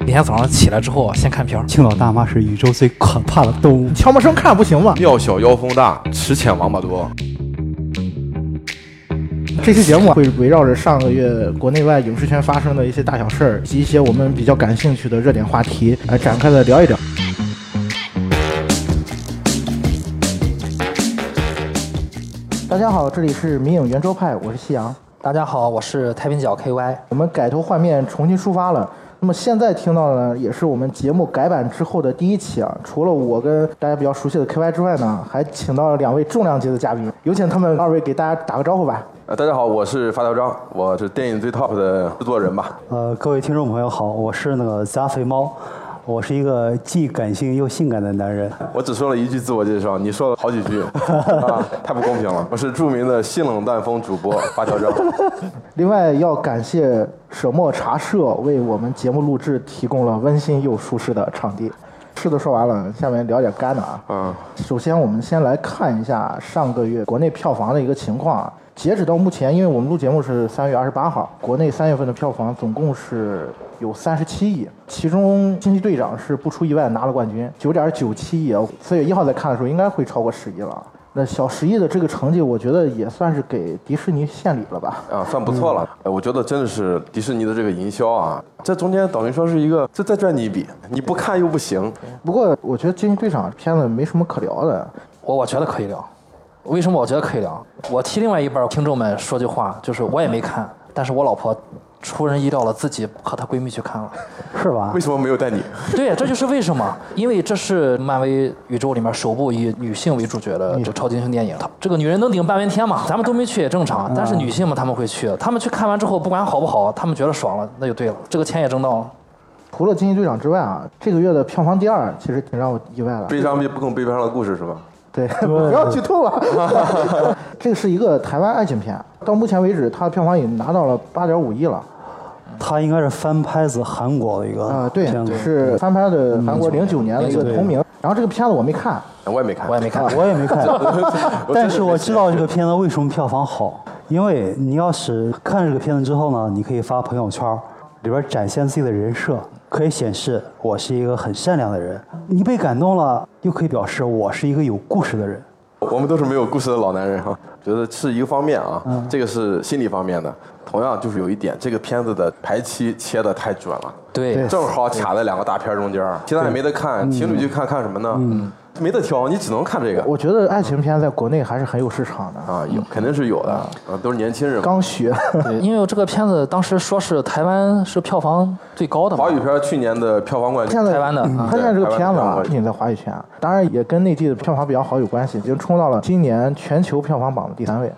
每天早上起来之后啊，先看片儿。青岛大妈是宇宙最可怕的动物。悄没声看不行吗？庙小妖风大，池浅王八多。这期节目啊会围绕着上个月国内外影视圈发生的一些大小事儿及一些我们比较感兴趣的热点话题，来展开的聊一聊。大家好，这里是民影圆桌派，我是夕阳。大家好，我是太平角 KY。我们改头换面，重新出发了。那么现在听到的呢，也是我们节目改版之后的第一期啊。除了我跟大家比较熟悉的 KY 之外呢，还请到了两位重量级的嘉宾，有请他们二位给大家打个招呼吧。呃，大家好，我是发条张，我是电影最 top 的制作人吧。呃，各位听众朋友好，我是那个加菲猫，我是一个既感性又性感的男人。我只说了一句自我介绍，你说了好几 句，啊，太不公平了。我是著名的性冷淡风主播发条张。另外要感谢舍墨茶社为我们节目录制提供了温馨又舒适的场地。吃的说完了，下面聊点干的啊。嗯，首先我们先来看一下上个月国内票房的一个情况啊。截止到目前，因为我们录节目是三月二十八号，国内三月份的票房总共是有三十七亿，其中《惊奇队长》是不出意外拿了冠军，九点九七亿啊。四月一号在看的时候，应该会超过十亿了啊。那小十亿的这个成绩，我觉得也算是给迪士尼献礼了吧。啊，算不错了。呃，我觉得真的是迪士尼的这个营销啊，这中间等于说是一个，这再赚你一笔，你不看又不行。不过我觉得《惊奇队长》片子没什么可聊的，我我觉得可以聊。为什么我觉得可以聊？我替另外一半听众们说句话，就是我也没看，但是我老婆出人意料了，自己和她闺蜜去看了。 是吧为？什么没有带你？对，这就是为什么，因为这是漫威宇宙里面首部以女性为主角的这超级英雄电影。它这个女人能顶半边天嘛？咱们都没去也正常，啊但是女性嘛，她们会去，她们去看完之后，不管好不好，她们觉得爽了，那就对了，这个钱也挣到了。除了《惊奇队长》之外啊，这个月的票房第二其实挺让我意外的。悲伤不更悲伤的故事是吧？对， 不要剧透了。 这个是一个台湾爱情片，到目前为止，它的票房已经拿到了八点五亿了。他应该是翻拍自韩国的一个啊、对片，子，是翻拍的韩国零九年的一个同名。然后这个片子我没看，哎我也没看，我也没看，我也没 看， 我真但的是没我看知道这个片子为什么票房好，因为你要是看这个片子之后呢，你可以发朋友圈儿，里边展现自己的人设，可以显示我是一个很善良的人，你被感动了，又可以表示我是一个有故事的人。我们都是没有故事的老男人哈、觉得是一个方面啊，嗯这个是心理方面的。同样就是有一点，这个片子的排期切的太准了，对正好卡在两个大片中间儿，其他也没得看，情侣去看看什么呢？没得挑，你只能看这个嗯我觉得爱情片在国内还是很有市场的，啊，有肯定是有的，啊，都是年轻人嘛。刚需。对，因为这个片子当时说是台湾是票房最高的嘛华，语片儿去年的票房冠 军现，在台湾的嗯啊它现在这个对台片湾子的啊，票房不仅在华语圈，当然也跟内地的票房比较好有关系，已经冲到了今年全球票房榜的第三位。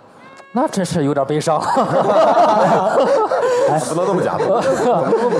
那真是有点悲伤。不能这么讲，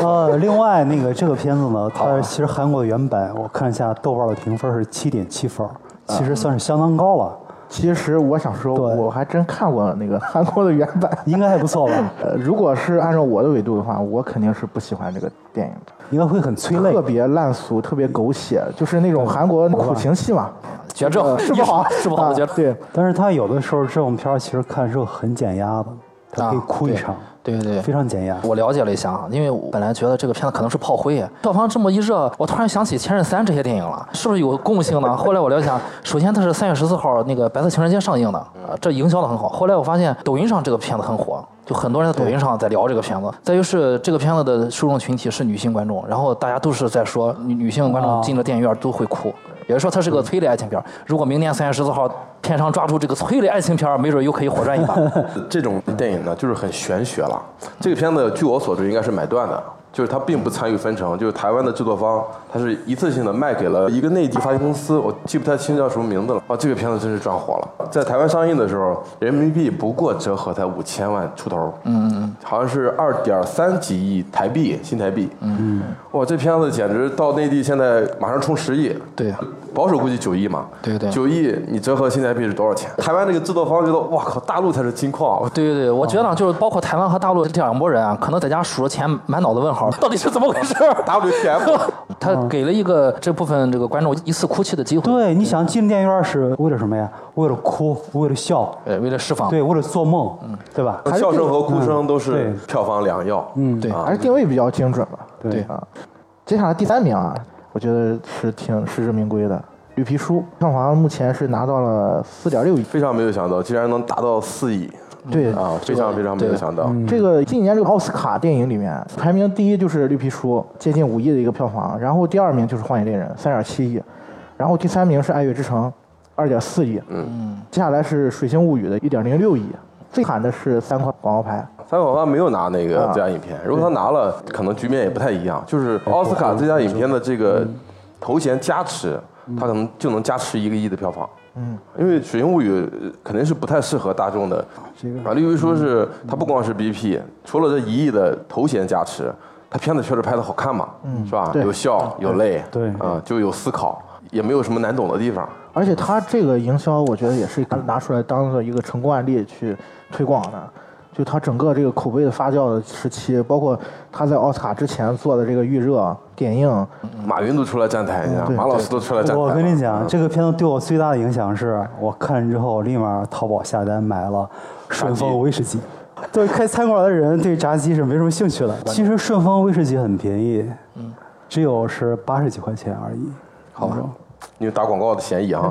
呃，另外那个这个片子呢，它其实韩国的原版，我看一下豆瓣的评分是七点七分儿，其实算是相当高了，其实我想说，对我还真看过那个 韩国的原版。应该还不错吧？呃，如果是按照我的维度的话，我肯定是不喜欢这个电影的，应该会很催泪特。别烂俗，特别狗血，就是那种韩国苦情戏嘛，绝症是不好，是不好，啊我觉得对。但是它有的时候这种片儿其实看是很减压的，它可以啊哭一场，对对对非。常减压。我了解了一下啊，因为我本来觉得这个片子可能是炮灰，啊票房这么一热，我突然想起《前任三》这些电影了，是不是有共性呢？后来我了解一下，首先它是三月十四号那个白色情人节上映的，呃这营销的很好。后来我发现抖音上这个片子很火，就很多人在抖音上在聊这个片子。再就是这个片子的受众群体是女性观众，然后大家都是在说女女性观众进了电影院都会哭。也就是说，它是个催泪爱情片儿。如果明年三月十四号片商抓住这个催泪爱情片儿，没准又可以火赚一把。 这种电影呢，就是很玄学了。这个片子据我所知应该是买断的，就是它并不参与分成，就是台湾的制作方，它是一次性的卖给了一个内地发行公司，我记不太清叫什么名字了。啊，这个片子真是赚火了，在台湾上映的时候，人民币不过折合才五千万出头，嗯嗯，好像是二点三几亿台币，新台币，嗯，哇，这片子简直到内地现在马上冲十亿，对啊保守估计九亿嘛，对对九亿你折合新台币是多少钱？台湾这个制作方觉得，哇靠，大陆才是金矿， 对对对，我觉得啊就是包括台湾和大陆这两拨人啊，可能在家数着钱，满脑子问号， 到底是怎么回事？ WTF 他给了一个这部分这个观众一次哭泣的机会，对，你想进电影院是为了什么呀？为了哭，为了笑，呃，为了释放。对，为了做梦，对吧？笑声和哭声都是嗯票房良药。嗯，对啊还是定位比较精准吧。对啊，接下来第三名啊，我觉得是挺实至名归的，《绿皮书》票房目前是拿到了四点六亿，非常没有想到，竟然能达到四亿嗯对啊，非常非常没有想到。这个今年这个奥斯卡电影里面，排名第一就是《绿皮书》，接近五亿的一个票房，然后第二名就是《荒野猎人》，三点七亿，然后第三名是《爱乐之城》，二点四亿，嗯，接下来是《水星物语》的一点零六亿，最惨的是三块广告牌，三口花没有拿那个啊最佳影片，如果他拿了，可能局面也不太一样。就是奥斯卡最佳影片的这个头衔加持，他可能就能加持一个亿的票房。嗯，因为《水形物语》呃肯定是不太适合大众的。啊，例如说是它不光是 BP，除了这一亿的头衔加持，它片子确实拍的好看嘛，是吧？对有笑有泪，对啊，就有思考，也没有什么难懂的地方。而且它这个营销，我觉得也是拿出来当做一个成功案例去推广的。就它整个这个口碑的发酵的时期，包括它在奥斯卡之前做的这个预热电影，马云都出来站台，你看，马老师都出来站台了。我跟你讲，这个片子对我最大的影响是，我看了之后立马淘宝下单买了顺丰威士忌。对开餐馆的人对炸鸡是没什么兴趣的。其实顺丰威士忌很便宜，嗯只有是八十几块钱而已。好吧，你有打广告的嫌疑 啊。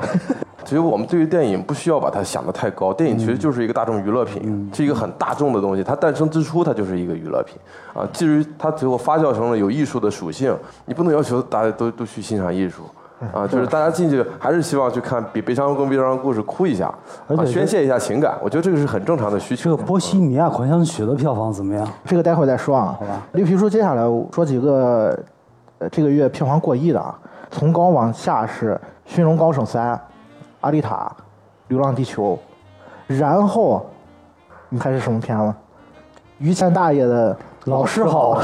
其实我们对于电影不需要把它想得太高，电影其实就是一个大众娱乐品，嗯是一个很大众的东西。它诞生之初，它就是一个娱乐品啊。至于它最后发酵成了有艺术的属性，你不能要求大家都都去欣赏艺术啊。就是大家进去还是希望去看比悲伤更悲伤的故事，哭一下而且啊，是宣泄一下情感。我觉得这个是很正常的需这个求。《波西米亚狂想曲》的票房怎么样？这个待会儿再说啊。好吧。绿皮书接下来我说几个，呃，这个月票房过亿的啊，从高往下是《驯龙高手三》《阿丽塔》《流浪地球》，然后你猜是什么片子？于谦大爷的《老师好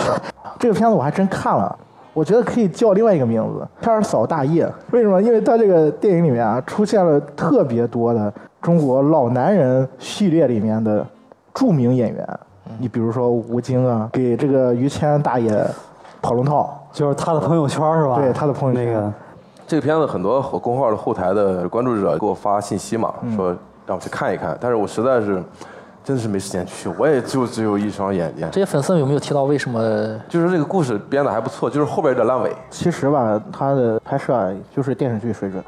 这个片子我还真看了，我觉得可以叫另外一个名字“片儿扫大业”。为什么？因为它这个电影里面啊，出现了特别多的中国老男人系列里面的著名演员，你比如说吴京啊，给这个于谦大爷跑龙套，就是他的朋友圈是吧？对他的朋友圈那个这个片子很多我公号的后台的关注者给我发信息嘛，说让我去看一看，但是我实在是真的是没时间去，我也就只有一双眼睛。这些粉丝有没有提到为什么？就是这个故事编的还不错，就是后边有点烂尾。其实吧，他的拍摄啊就是电视剧水准，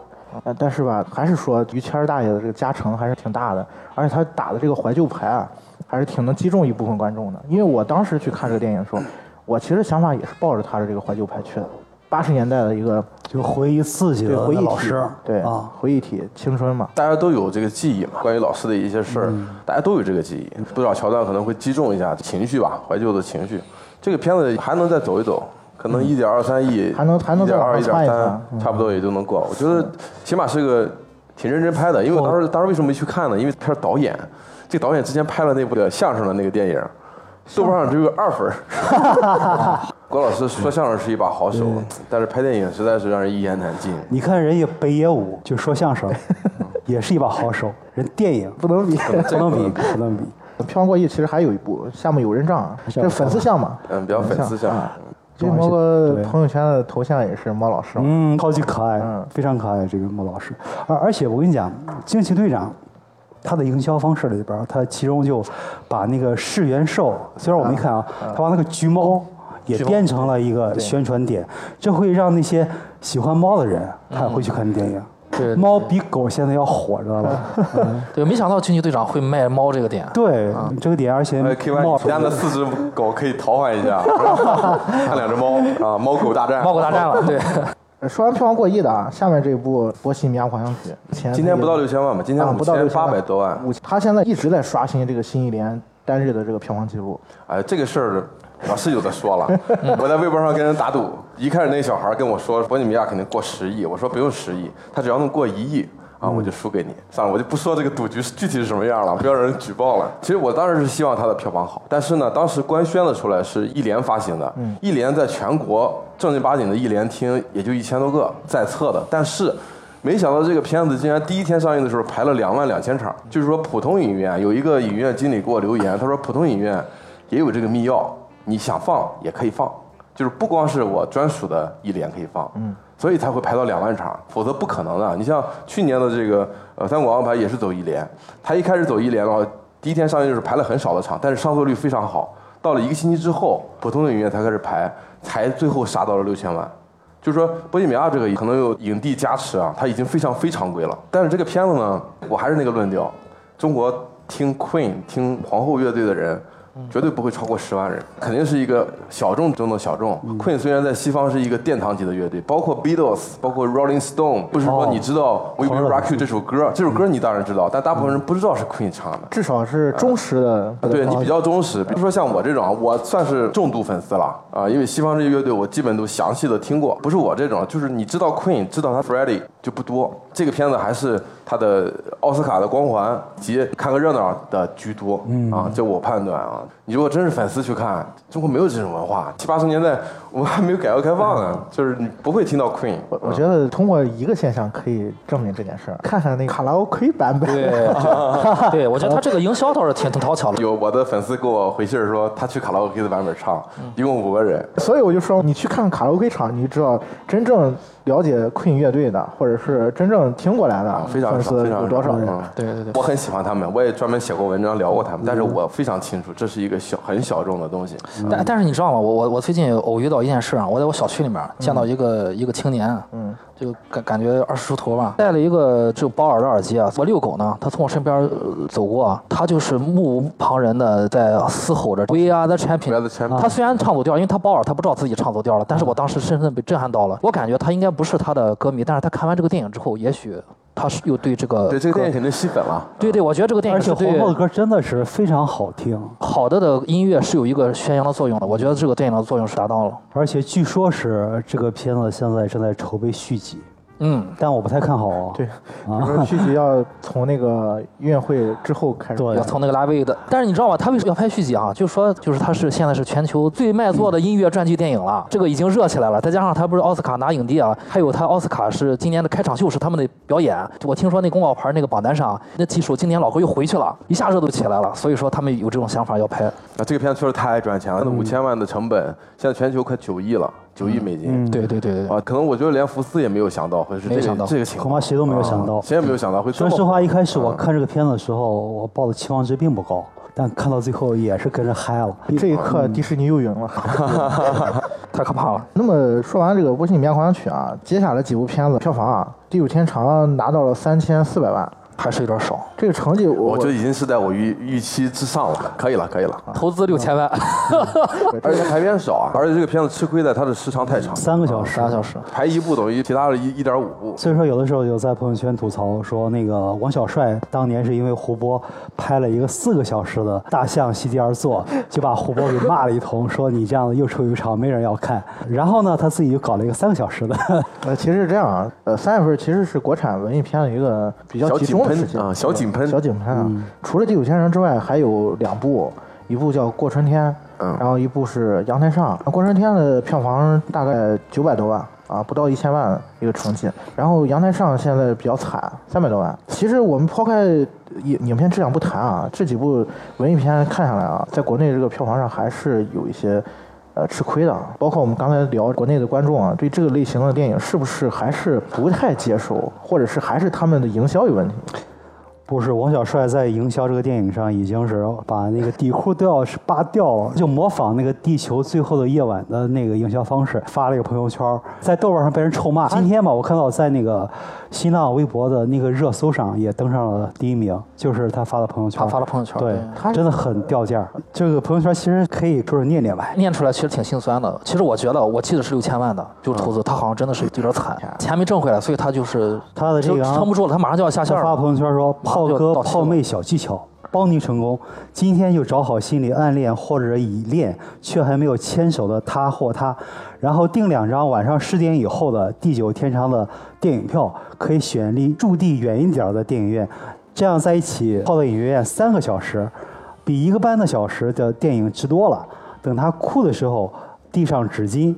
呃，但是吧，还是说于谦儿大爷的这个加成还是挺大的，而且他打的这个怀旧牌啊，还是挺能击中一部分观众的。因为我当时去看这个电影的时候，我其实想法也是抱着他的这个怀旧牌去的，八十年代的一个就回忆刺激对的回忆老体师，，对啊，回忆体青春嘛。大家都有这个记忆嘛，关于老师的一些事儿，嗯大家都有这个记忆。不少桥段可能会击中一下情绪吧，怀旧的情绪。这个片子还能再走一走，可能一点二三亿，嗯还能还能一再点二、往一上点窜一三窜，嗯差不多也就能过。我觉得起码是个挺认真拍的，因为我当时当时为什么没去看呢？因为片导演，这个导演之前拍了那部的相声的那个电影，豆瓣上只有二分儿。 郭老师说相声是一把好手，但是拍电影实在是让人一言难尽。你看人家北野武就说相 声，也是一把好手，人电影不能比，不能比， 不能比。票房过亿其实还有一部项目有人账，这是粉丝项嘛。嗯，比较粉丝向。啊这猫哥朋友圈的头像也是猫老师嘛。嗯，超级可爱，嗯非常可爱。这个莫老师，而而且我跟你讲，惊奇队长他的营销方式里边儿，他其中就把那个世元兽，虽然我没看啊，嗯他把那个橘猫也变成了一个宣传点，这会让那些喜欢猫的人嗯他也会去看电影。对猫比狗现在要火着了，嗯对，没想到惊奇队长会卖猫这个点。对嗯这个点，而且呃，K Y，猫你家那四只狗可以淘换一下，看两只猫啊，猫狗大战。猫狗大战了， 对，呃说完票房过亿的啊，下面这部《波西米亚狂想曲》前今天不到六千万吧？今天啊五不到千六八百多万。五，他现在一直在刷新这个新一联单日的这个票房记录。哎，这个事儿我是有的说了。我在微博上跟人打赌，一开始那小孩跟我说，伯尼米亚肯定过十亿，我说不用十亿，他只要能过一亿。啊，我就输给你，算了，我就不说这个赌局是具体是什么样了，不要让人举报了。其实我当时是希望它的票房好，但是呢，当时官宣了出来是一联发行的，一联在全国正经八经的一联厅也就一千多个在册的，但是没想到这个片子竟然第一天上映的时候排了两万两千场，就是说普通影院有一个影院经理给我留言，他说普通影院也有这个密钥，你想放也可以放，就是不光是我专属的一联可以放，嗯，所以才会排到两万场，否则不可能的。你像去年的这个呃三广告牌也是走一联，他一开始走一联的话，第一天上映就是排了很少的场，但是上座率非常好。到了一个星期之后，普通的影院才开始排，才最后杀到了六千万。就是说，《波西米亚》这个可能有影帝加持啊，它已经非常非常规了。但是这个片子呢，我还是那个论调，中国听 Queen、听皇后乐队的人，绝对不会超过十万人，肯定是一个小众中的小众。Queen 虽然在西方是一个殿堂级的乐队，包括 Beatles，包括 Rolling Stone，不是说哦你知道《We Will Rock You》这首歌，这首歌你当然知道，但大部分人不知道是 Queen 唱的。至少是忠实的。呃啊对你比较忠实，比如说像我这种啊，我算是重度粉丝了啊、因为西方这些乐队我基本都详细的听过，不是我这种，就是你知道 Queen，知道他 Freddie 就不多。这个片子还是他的奥斯卡的光环及看个热闹的居多嗯啊，这我判断啊。你如果真是粉丝去看，中国没有这种文化，七八十年代我们还没有改革开放呢，就是你不会听到嗯 Queen。啊我我觉得通过一个现象可以证明这件事儿，看看那个卡拉 OK 版本。对，对对，我觉得他这个营销倒是挺挺讨巧的。有我的粉丝给我回信儿说，他去卡拉 OK 的版本唱，嗯一共五个人， 所以我就说，你去看卡拉 OK 场，你就知道真正了解 Queen 乐队的，或者是真正听过来的啊非常粉少，丝非常有多少人？嗯对对对，我很喜欢他们，我也专门写过文章聊过他们，但是我非常清楚这是一个小很小众的东西。但但是你知道吗？我我我最近偶遇到一件事啊，我在我小区里面见到一个、一个青年，嗯，就感感觉二十出头吧，戴了一个就包耳的耳机啊。我遛狗呢，他从我身边呃走过啊，他就是目无旁人的在嘶吼着 “We are the champion”。 Brother Champion 他虽然唱走调，因为他包耳，他不知道自己唱走调了，但是我当时深深地被震撼到了。我感觉他应该不是他的歌迷，但是他看完这个电影之后，也许他是又对这个对这个歌电影肯定吸粉了，对对，我觉得这个电而影且是对皇后的歌真的是非常好听，好的的音乐是有一个宣扬的作用的。我觉得这个电影的作用是达到了。而且据说是这个片子现在正在筹备续集，嗯，但我不太看好啊。对，比如说续集要从那个音乐会之后开始。对要从那个拉维的，但是你知道吗？他为什么要拍续集啊？就是说，就是他是现在是全球最卖座的音乐传记电影了，这个已经热起来了。再加上他不是奥斯卡拿影帝啊，还有他奥斯卡是今年的开场秀是他们的表演。我听说那公告牌那个榜单上啊那几首经典老歌又回去了，一下热度起来了。所以说他们有这种想法要拍。那这个片子确实太赚钱了，那五千万的成本，现在全球快九亿了，九亿美金。对对对对对，啊，可能我觉得连福斯也没有想到会是这嗯没想个到这个情恐况，啊怕谁都没有想到。谁也没有想到会这说么实话，一开始我看这个片子的时候，我抱的期望值并不高，但看到最后也是跟着嗨了。这一刻，迪士尼又赢了。太可怕了。嗯 那么说完这个《波西米亚狂想曲》啊，接下来几部片子票房啊，《地久天长》拿到了三千四百万，还是有点少，这个成绩我我觉得已经是在我预预期之上了，可以了，可以了。投资六千万，而且排片少啊，而且这个片子吃亏在它的时长太长，三个小时，哦仨小时。排一部等于其他的一一点五部。所以说，有的时候有在朋友圈吐槽说，那个王小帅当年是因为胡波拍了一个四个小时的《大象席地而坐》，就把胡波给骂了一通，说你这样的又臭又长，没人要看。然后呢，他自己就搞了一个三个小时的，呃，其实是这样啊，呃，三月份其实是国产文艺片的一个比较小集井中的喷时期啊小井喷小井喷啊。除了《地久天长》之外，还有两部，一部叫《过春天》，嗯然后一部是《阳台上》。《过春天》的票房大概九百多万啊，不到一千万一个成绩。然后《阳台上》现在比较惨，三百多万。其实我们抛开影影片质量不谈啊，这几部文艺片看下来啊，在国内这个票房上还是有一些。呃吃亏的。包括我们刚才聊国内的观众啊，对这个类型的电影是不是还是不太接受，或者是还是他们的营销有问题？不是王小帅在营销这个电影上已经是把那个底裤都要是扒掉了，就模仿那个《地球最后的夜晚》的那个营销方式，发了一个朋友圈，在豆瓣上被人臭啊骂。今天吧，我看到在那个新浪微博的那个热搜上也登上了第一名，就是他发的朋友圈。他发了朋友圈对对，他真的很掉价儿。这个朋友圈其实可以说是念念吧。念出来其实挺心酸的。其实我觉得，我记得是六千万的，就是嗯投资，他好像真的是有点惨，钱没挣回来，所以他就是啊他的这个啊撑不住了，他马上就要下线他发了。朋友圈说：“炮哥炮妹小技巧，帮你成功。今天就找好心里暗恋或者已恋却还没有牵手的他或她，然后订两张晚上十点以后的地久天长的电影票，可以选离驻地远一点儿的电影院，这样在一起泡在影院三个小时，比一个半的小时的电影值多了。等他哭的时候，递上纸巾。”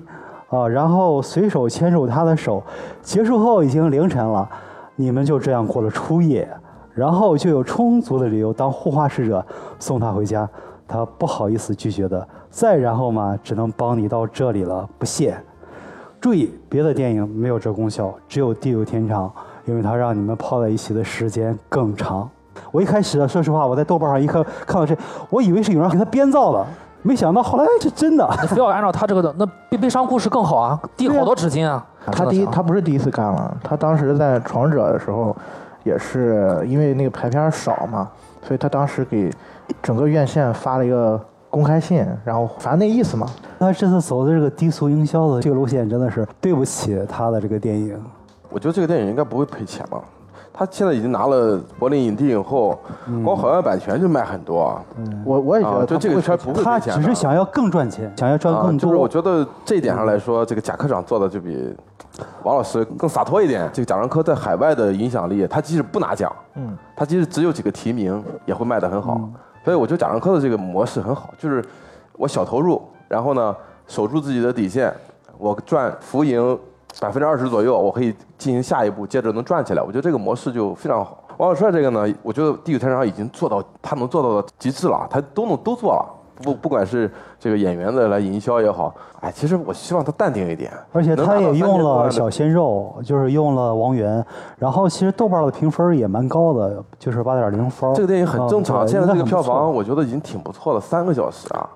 啊，然后随手牵住他的手，结束后已经凌晨了，你们就这样过了初夜，然后就有充足的理由当护花使者送他回家。他不好意思拒绝的，再然后嘛，只能帮你到这里了，不谢。注意，别的电影没有这功效，只有《地久天长》，因为它让你们泡在一起的时间更长。我一开始啊说实话，我在豆瓣上一看看到这，我以为是有人给他编造的，没想到后来哎这真的，你非要按照他这个的，那悲悲伤故事更好啊，递好多纸巾啊。他第一，他不是第一次干了，他当时在《闯者》的时候，也是因为那个排片少嘛，所以他当时给整个院线发了一个公开信，然后反正那意思嘛，那这次走的这个低俗营销的这个路线，真的是对不起他的这个电影。我觉得这个电影应该不会赔钱了。他现在已经拿了柏林影帝影后，光海外版权就卖很多啊。嗯我我也觉啊，得他就这不个会圈说不会他赔钱只是的想要更赚钱，想要赚啊，更就是多我。觉得这一点上来说，这个贾科长做的就比王老师更洒脱一点。这个贾樟柯在海外的影响力，他即使不拿奖，嗯，他即使只有几个提名，也会卖得很好。嗯所以我觉得贾樟柯的这个模式很好，就是我小投入，然后呢守住自己的底线，我赚浮盈百分之二十左右，我可以进行下一步，接着能赚起来。我觉得这个模式就非常好。王小帅这个呢，我觉得地狱天长已经做到他能做到的极致了，他都能都做了。不，不管是这个演员的来营销也好，哎，其实我希望他淡定一点。而且能他拿到也三用千多万了的小鲜肉，就是用了王源，然后其实豆瓣的评分也蛮高的，就是八点零分。这个电影很正常，嗯对现在这个票应该房很不错我觉得已经挺不错了，三个小时啊。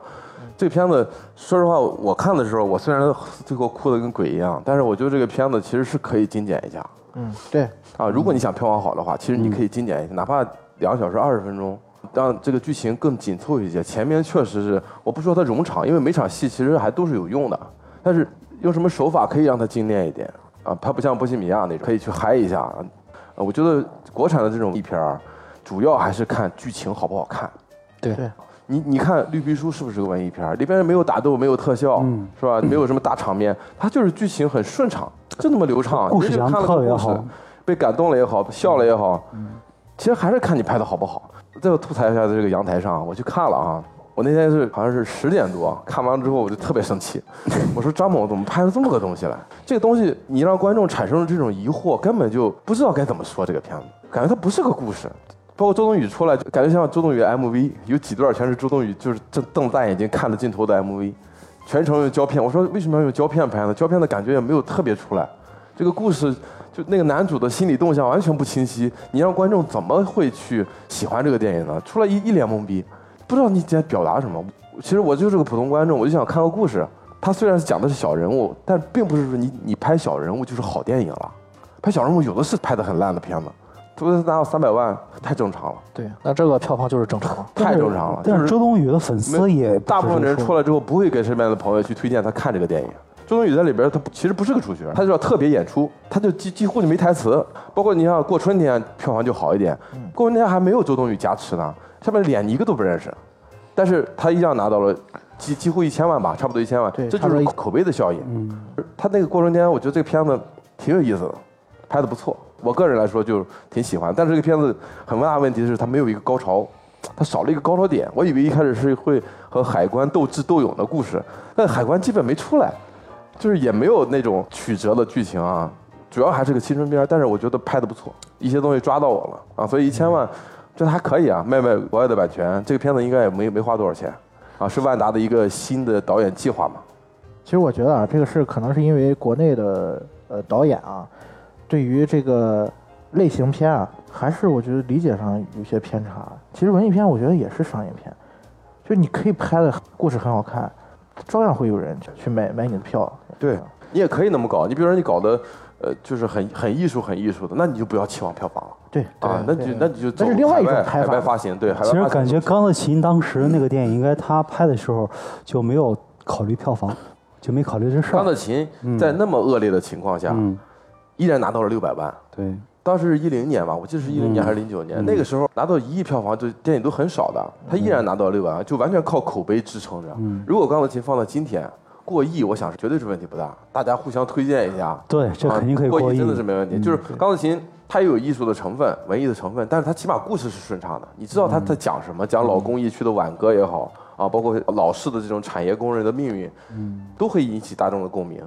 这片子，说实话，我看的时候，我虽然最后哭得跟鬼一样，但是我觉得这个片子其实是可以精简一下嗯，对，啊。如果你想票房好的话，其嗯实你可以精简一下，哪怕两小时二十分钟，让这个剧情更紧凑一些。前面确实是，我不说它冗长，因为每场戏其实还都是有用的，但是用什么手法可以让它精炼一点啊？它不像波西米亚那种可以去嗨一下。啊我觉得国产的这种一片儿，主要还是看剧情好不好看。对对你你看《绿皮书》是不是个文艺片儿？里边没有打斗，没有特效，嗯是吧？没有什么大场面，它就是剧情很顺畅，就那么流畅。故事你就讲看得了个特别故事好，嗯被感动了也好，笑了也好，其实还是看你拍的好不好。再吐槽一下，在这个阳台上，我去看了啊。我那天是好像是十点多看完之后，我就特别生气，我说张猛怎么拍出这么个东西来？这个东西你让观众产生了这种疑惑，根本就不知道该怎么说这个片子，感觉它不是个故事。包括周冬雨出来，感觉像周冬雨 MV，有几段全是周冬雨就是正瞪大眼睛看着镜头的 MV，全程用胶片。我说为什么要用胶片拍呢？胶片的感觉也没有特别出来，这个故事就那个男主的心理动向完全不清晰，你让观众怎么会去喜欢这个电影呢？出来一一脸懵逼，不知道你在表达什么。其实我就是个普通观众，我就想看个故事。他虽然讲的是小人物，但并不是说你你拍小人物就是好电影了。拍小人物有的是拍的很烂的片子，不是拿到三百万太正常了，对，那这个票房就是正常。太正常了。但是就是周冬雨的粉丝没也大部分人出来，来之后不会给身边的朋友去推荐他看这个电影。周冬雨在里边，她不其实不是个主角，她就要特别演出，她就几几乎就没台词。包括你像过春天票房就好一点，嗯过春天还没有周冬雨加持呢，下面脸一个都不认识，但是她一样拿到了几几乎一千万吧，差不多一千万，对这差不就多是一嗯口碑的效应。她那个过春天，我觉得这个片子挺有意思的，拍的不错，我个人来说就挺喜欢。但是这个片子很大的问题是它没有一个高潮，它少了一个高潮点。我以为一开始是会和海关斗智斗勇的故事，但海关基本没出来，就是也没有那种曲折的剧情啊。主要还是个青春片儿，但是我觉得拍的不错，一些东西抓到我了啊，所以一千万，这还可以啊，卖卖国外的版权，这个片子应该也没没花多少钱啊，是万达的一个新的导演计划嘛，其实我觉得啊，这个事可能是因为国内的呃导演啊，对于这个类型片啊，还是我觉得理解上有些偏差。其实文艺片我觉得也是商业片，就你可以拍的故事很好看，照样会有人去去买买你的票。对你也可以那么搞，你比如说你搞的，呃，就是很很艺术、很艺术的，那你就不要期望票房了对对啊，那你对就那你就走那是另外一种海拍外法海外发行，对，海外其实发行感觉《钢的琴》当时那个电影，应该他拍的时候就没有考虑票房，就没考虑这事钢的儿。琴嗯在那么恶劣的情况下，嗯，依然拿到了六百万。对，当时是一零年吧，我记得是一零年嗯还是零九年，那个时候拿到一亿票房，就电影都很少的，他依然嗯拿到六百万，就完全靠口碑支撑着。如果钢的琴放到今天过亿，我想是绝对是问题不大，大家互相推荐一下，对，这肯定可以啊过亿嗯真的。是没问题。就是钢的琴，它也有艺术的成分、文艺的成分，但是它起码故事是顺畅的。你知道它嗯在讲什么？讲老工业区的挽歌也好啊，包括老式的这种产业工人的命运，嗯都会引起大众的共鸣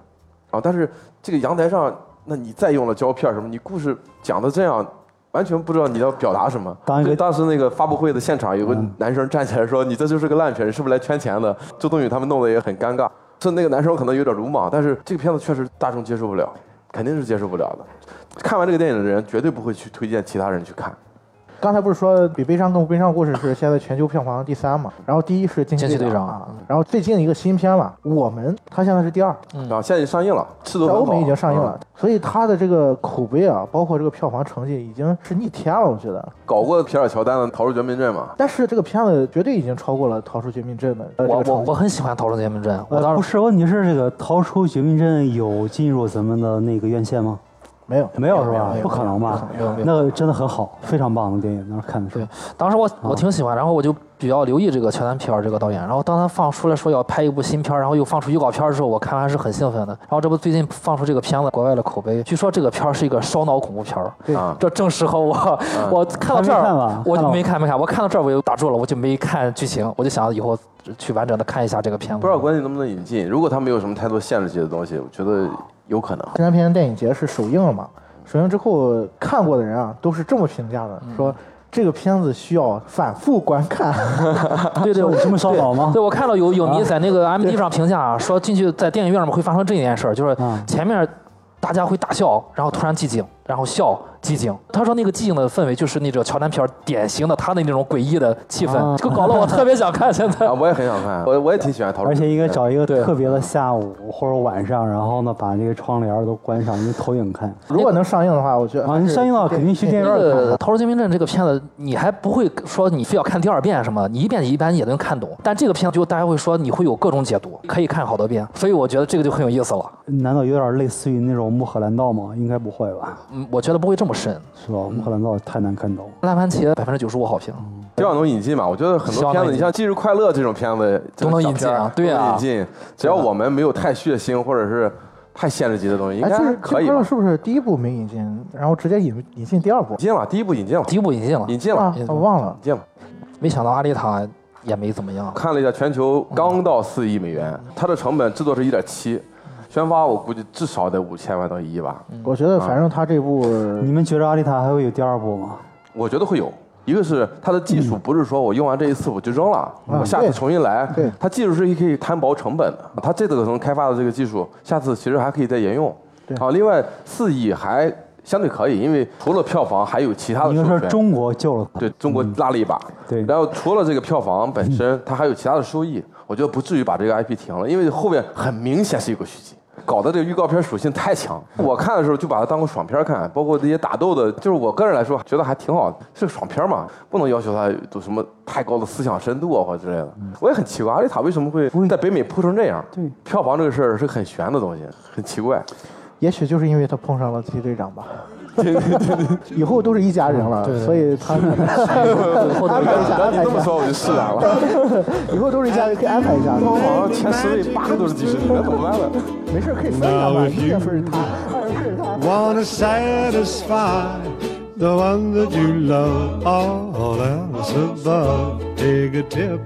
啊。但是这个阳台上，那你再用了胶片什么，你故事讲的这样。完全不知道你要表达什么。当一个就当时那个发布会的现场，有个嗯男生站起来说：“你这就是个烂片，你是不是来圈钱的？”周冬雨他们弄得也很尴尬。是那个男生可能有点鲁莽，但是这个片子确实大众接受不了，肯定是接受不了的。看完这个电影的人绝对不会去推荐其他人去看。刚才不是说《比悲伤更悲伤的故事》是现在全球票房第三嘛？然后第一是《惊惊奇队队长啊，然后最近一个新片嘛，《我们》，它现在是第二，然啊后现在已经上映了，制作在很欧好啊美已经上映嗯了，所以它的这个口碑啊，包括这个票房成绩，已经是逆天了，我觉得。搞过皮尔乔丹的《逃出绝命镇》嘛，但是这个片子绝对已经超过了《逃出绝命镇》的呃我这个我成绩我很喜欢《逃出绝命镇》，我呃，当不时是，问题是这个《逃出绝命镇》有进入咱们的那个院线吗？没有没有是吧没？有不可能嗯吧？没有没有那个真的很好，非常棒的电影，那儿看得出来对。，当时啊我我挺喜欢，然后我就比较留意这个乔丹皮尔这个导演。然后当他放出来说要拍一部新片儿，然后又放出预告片儿的时候，我看完是很兴奋的。然后这不最近放出这个片子，国外的口碑，据说这个片儿是一个烧脑恐怖片儿，对啊这正适合我。我看到这还没看儿吧，我看就了吗没看没看，我看到这儿我就打住了，我就没看剧情，我就想以后去完整的看一下这个片子。不知道国内能不能引进。如果他没有什么太多限制级的东西，我觉得有可能。西南片电影节是首映了嘛？首映之后看过的人啊，都是这么评价的，嗯说这个片子需要反复观看。 对对，有这么烧脑吗对，？我看到有影迷在那啊个 M D 上评价、说，进去在电影院里面会发生这件事儿，就是嗯前面大家会大笑，然后突然寂静，然后笑寂静。他说那个寂静的氛围就是那种乔丹片儿典型的他的那种诡异的气氛，啊这个搞得我特别想看。现在 啊，我也很想看，我我也挺喜欢《逃出而绝且命应该镇》。找一个对特别的下午或者晚上，然后呢把这个窗帘都关上，用投影看。如果能上映的话，我觉得啊，你上映了肯定去电影那院看个《看。逃出绝命镇》这个片子，你还不会说你非要看第二遍什么，你一遍你一般也能看懂。但这个片子就大家会说你会有各种解读，可以看好多遍，所以我觉得这个就很有意思了。难道有点类似于那种穆赫兰道吗？应该不会吧？嗯，我觉得不会这么深。是吧？穆赫兰道太难看懂了。烂番茄百分之九十五好评。希望能引进吧。我觉得很希多望片能子，引你进像《忌日快乐》这种片子都能引进啊这种小片儿对啊都能引进。只要我们没有太血腥或者是太限制级的东西，应哎，该这还是可以这吧个。是不是第一部没引进，然后直接引引进第二部引？进了，第一部引进了，第一部引进了，引进了啊，我忘了引。进了。没想到阿丽塔也没怎么样。看了一下，全球刚到四亿美元，它的成本制作是一点七，宣发我估计至少得五千万到一亿吧。嗯我觉得反正他这部你们觉得《阿丽塔》还会有第二部吗？我觉得会有。一个是它的技术不是说我用完这一次我就扔了，嗯我下次重新来对对。嗯它技术是可以摊薄成本的，它这次可能开发的这个技术，下次其实还可以再沿用。对啊，另外四亿还相对可以，因为除了票房还有其他的应该授说权。中国救了它。对中国拉了一把，嗯对嗯然后除了这个票房本身，它还有其他的收益，我觉得不至于把这个 IP 停了，因为后面很明显是有个续集，搞得这个预告片属性太强。嗯我看的时候就把它当个爽片看，包括这些打斗的，就是我个人来说觉得还挺好，是个爽片嘛，不能要求它有什么太高的思想深度啊或者之类的。我也很奇怪，阿丽塔为什么会在北美扑成这样？嗯对，票房这个事儿是很悬的东西，很奇怪。也许就是因为他碰上了机队长吧。以后都是一家人了，所以他安排一下，安你排这一么下，说我就是啊，了，以后都是一家人，可以安排一下，票房前十位八个都是迪士尼，那怎么办呢？没事可以分享吧，一月份是他，二月份是他。 Wanna satisfy the one that you love, all else above. Take a tip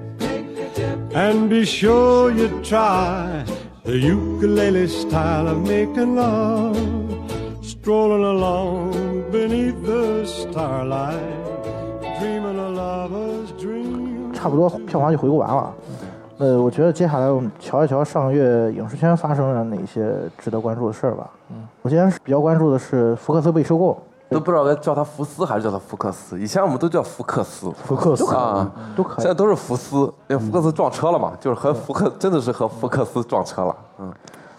and be sure you try the ukulele style of making love. Strolling along beneath the starlight, dreaming a lover's dream. 差不多票房就回顾完了。呃，我觉得接下来我们瞧一瞧上个月影视圈发生了哪些值得关注的事儿吧。嗯，我今天是比较关注的是福克斯被收购，都不知道该叫他福斯还是叫他福克斯。以前我们都叫福克斯，福克斯啊，都可现在以。都是福斯。那福克斯撞车了嘛？就是和福克，真的是和福克斯撞车了。嗯，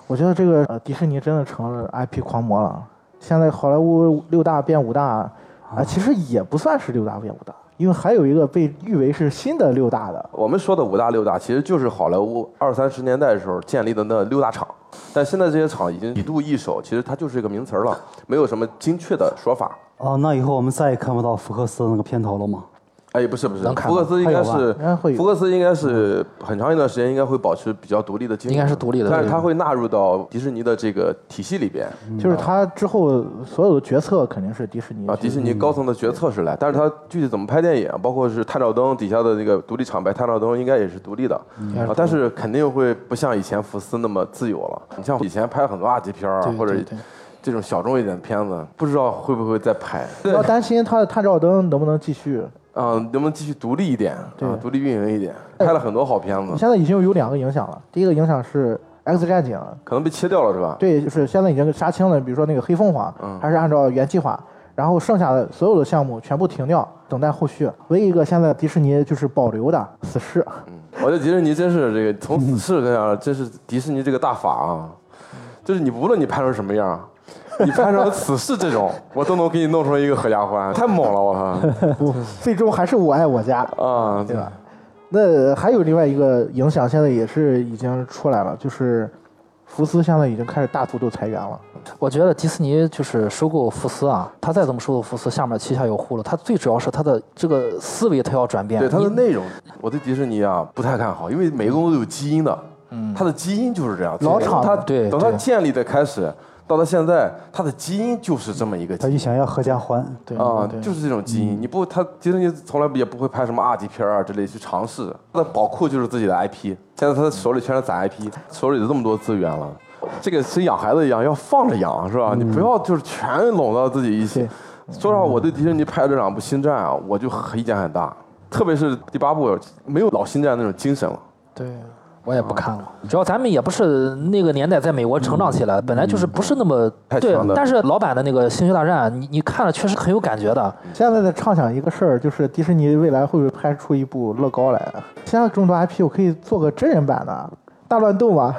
我觉得这个呃迪士尼真的成了 IP 狂魔了。现在好莱坞六大变五大，啊、其实也不算是六大变五大，因为还有一个被誉为是新的六大的。我们说的五大六大，其实就是好莱坞二三十年代的时候建立的那六大厂。但现在这些厂已经一度一手，其实它就是一个名词儿了，没有什么精确的说法。哦，那以后我们再也看不到福克斯的那个片头了吗？哎，不是不是能，看福克斯应该还是应该会有福克斯应该是很长一段时间应该会保持比较独立的经营，应该是独立的但是对它会纳入到迪士尼的这个体系里边。就是他之后所有的决策肯定是迪士尼啊，去迪士尼高层的决策是来，但是它具体怎么拍电影，包括是探照灯底下的那个独立厂牌，探照灯应该也是独立的、嗯啊，但是肯定会不像以前福斯那么自由了。你像以前拍很多二级片儿啊对，或者对对这种小众一点的片子，不知道会不会再拍。对不要，担心他的探照灯能不能继续。啊，能不能继续独立一点对啊，独立运营一点，拍了很多好片子，现在已经有两个影响了，第一个影响是 X 战警，可能被切掉了是吧？嗯对，就是现在已经杀青了，比如说那个黑凤凰，还是按照原计划。然后剩下的所有的项目全部停掉，等待后续。唯一一个现在迪士尼就是保留的死侍，我觉得迪士尼真是这个从此事这样，真是迪士尼这个大法啊，就是你无论你拍成什么样。你拍成此事这种，我都能给你弄出一个合家欢，太猛了，我操！最终还是我爱我家。啊，对吧？那还有另外一个影响，现在也是已经出来了，就是福斯现在已经开始大幅度裁员了。我觉得迪士尼就是收购福斯啊，他再怎么收购福斯，下面旗下有呼噜，他最主要是他的这个思维他要转变。对它你的内容，我对迪士尼啊不太看好，因为每个公司都有基因的，它的基因就是这样。老厂它对等它对建立的开始到它现在，它的基因就是这么一个他基就因想要合家欢，对啊，对嗯就是这种基因。你不，它迪士尼从来也不会拍什么二级片儿啊之类去尝试，它的宝库就是自己的 IP。现在它手里全是攒 IP，手里有这么多资源了。这个是养孩子一样，要放着养是吧？你不要就是全拢到自己一起嗯对。说实话，我对迪士尼拍这两部《星战》啊，我就很意见很大，特别是第八部，没有老《星战》那种精神了。对，我也不看了。啊主要咱们也不是那个年代在美国成长起来，本来就是不是那么嗯太对强的。但是老版的那个《星球大战》，你你看了确实很有感觉的。现在在畅想一个事儿，就是迪士尼未来会不会拍出一部乐高来？现在众多 IP，我可以做个真人版的大乱斗嘛？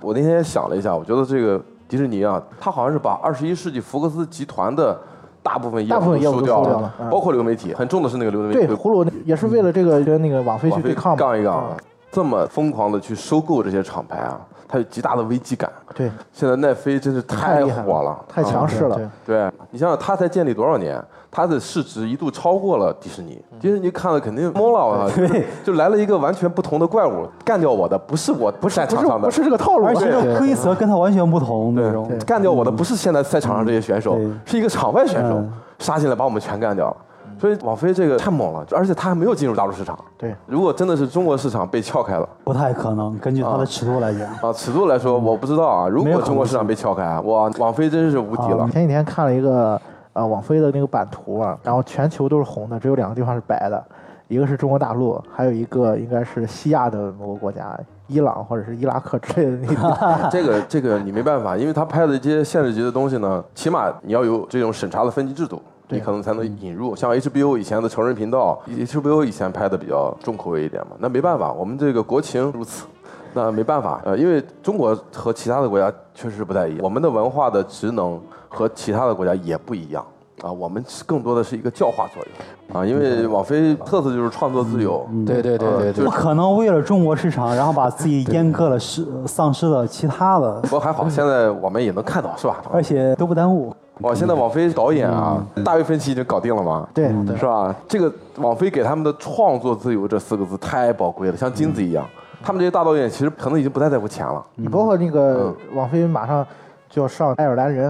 我那天想了一下，我觉得这个迪士尼啊，它好像是把二十一世纪福克斯集团的大部分业大部务分业务收都掉收掉了嗯包括流媒体，很重的是那个流媒体对，会葫芦也是为了这个跟那个网飞去往对飞抗嘛。嗯杠一杠嗯。这么疯狂的去收购这些厂牌啊，它有极大的危机感。对，现在奈飞真是太厉害火了，太强势了。嗯对你想想，它才建立多少年，它的市值一度超过了迪士尼。嗯迪士尼看了肯定懵了，我操！就是 就来了一个完全不同的怪物，干掉我的不是我不是赛不场是上的不，是这个套路而啊，且这个规则跟他完全不同那种对，。干掉我的不是现在赛场上这些选手嗯，是一个场外选手嗯杀进来把我们全干掉了。所以网飞这个太猛了，而且他还没有进入大陆市场。对，如果真的是中国市场被撬开了不太可能，根据他的尺度来讲。啊，尺度来说我不知道啊。如嗯没有果可能中国市场被撬开，哇，网飞真是无敌了啊。前几天看了一个呃网飞的那个版图嗯啊，然后全球都是红的，只有两个地方是白的，一个是中国大陆，还有一个应该是西亚的某个国家，伊朗或者是伊拉克之类的那个。 这个这个你没办法，因为他拍的这些限制级的东西呢，起码你要有这种审查的分级制度，你可能才能引入。像 HBO 以前的成人频道，HBO 以前拍的比较重口味一点嘛，那没办法，我们这个国情如此。那没办法，呃，因为中国和其他的国家确实不太一样，我们的文化的职能和其他的国家也不一样啊，我们是更多的是一个教化作用啊，因为网飞特色就是创作自由，对对对啊对对不。可能为了中国市场，然后把自己阉割了，失丧失了其他的，不过还好，现在我们也能看到，是吧？而且都不耽误。哇，嗯现在网飞导演啊，大卫芬奇已经搞定了吗？对是吧？这个网飞给他们的创作自由这四个字太宝贵了，像金子一样。嗯他们这些大导演其实可能已经不太在乎钱了。你包括那个嗯网飞马上就要上爱尔兰人，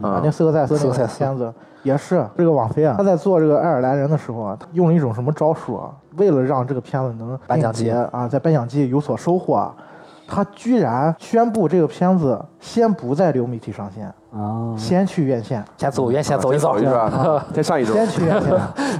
啊，那斯科塞斯斯科那塞个斯片子也是这个网飞啊，他在做这个爱尔兰人的时候啊，他用了一种什么招数啊？为了让这个片子能颁奖季季啊，在颁奖季有所收获啊，他居然宣布这个片子先不在流媒体上线，啊，先去院线，先走一遍，先走一嗯走啊走一。转，再上一周。先去院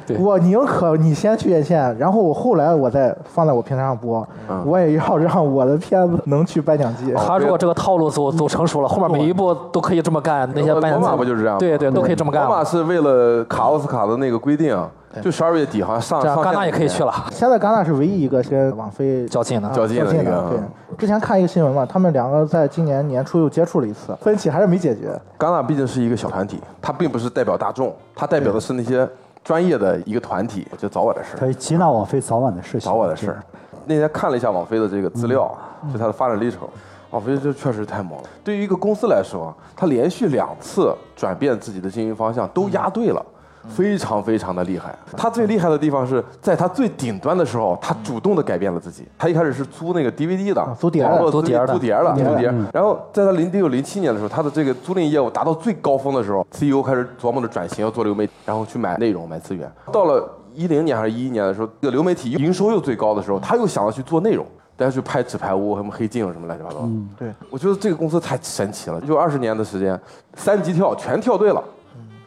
对线。我宁可你先去院线，然后我后来我再放在我平台上播，我也要让我的片子能去颁奖季。他如果这个套路走走成熟了，后面每一步都可以这么干。那些呃罗颁奖马季不就是这样吗对对，都可以这么干罗马了。是为了卡奥斯卡的那个规定，啊就十二月底好像上这样上啊戛线纳也可以去了。了，现在戛纳是唯一一个跟网飞啊较劲啊呢。较劲的那个对，之前看一个新闻嘛，他们两个在今年年初又接触了一次，分歧还是没解决。戛纳毕竟是一个小团体，它并不是代表大众，它代表的是那些专业的一个团体，我觉得早晚的事儿。可以接纳网飞早晚的事情。找我的事儿。那天看了一下网飞的这个资料，就它的发展历程，网飞这确实太猛了。对于一个公司来说，它连续两次转变自己的经营方向都押对了。非常非常的厉害，它最厉害的地方是在它最顶端的时候，它主动的改变了自己。它一开始是啊租那个 DVD 的，租碟儿的网络租碟儿的租哦碟儿的，碟儿租的碟儿。然后在它零六零七年的时候，它的这个租赁业务达到最高峰的时候，CEO 开始琢磨着转型，要做流媒体，然后去买内容、买资源。到了一零年还是一一年的时候，这个流媒体营收又最高的时候，他又想要去做内容，大家去拍《纸牌屋》什么《黑镜》什么乱七八糟。对，我觉得这个公司太神奇了，就二十年的时间，三级跳全跳对了。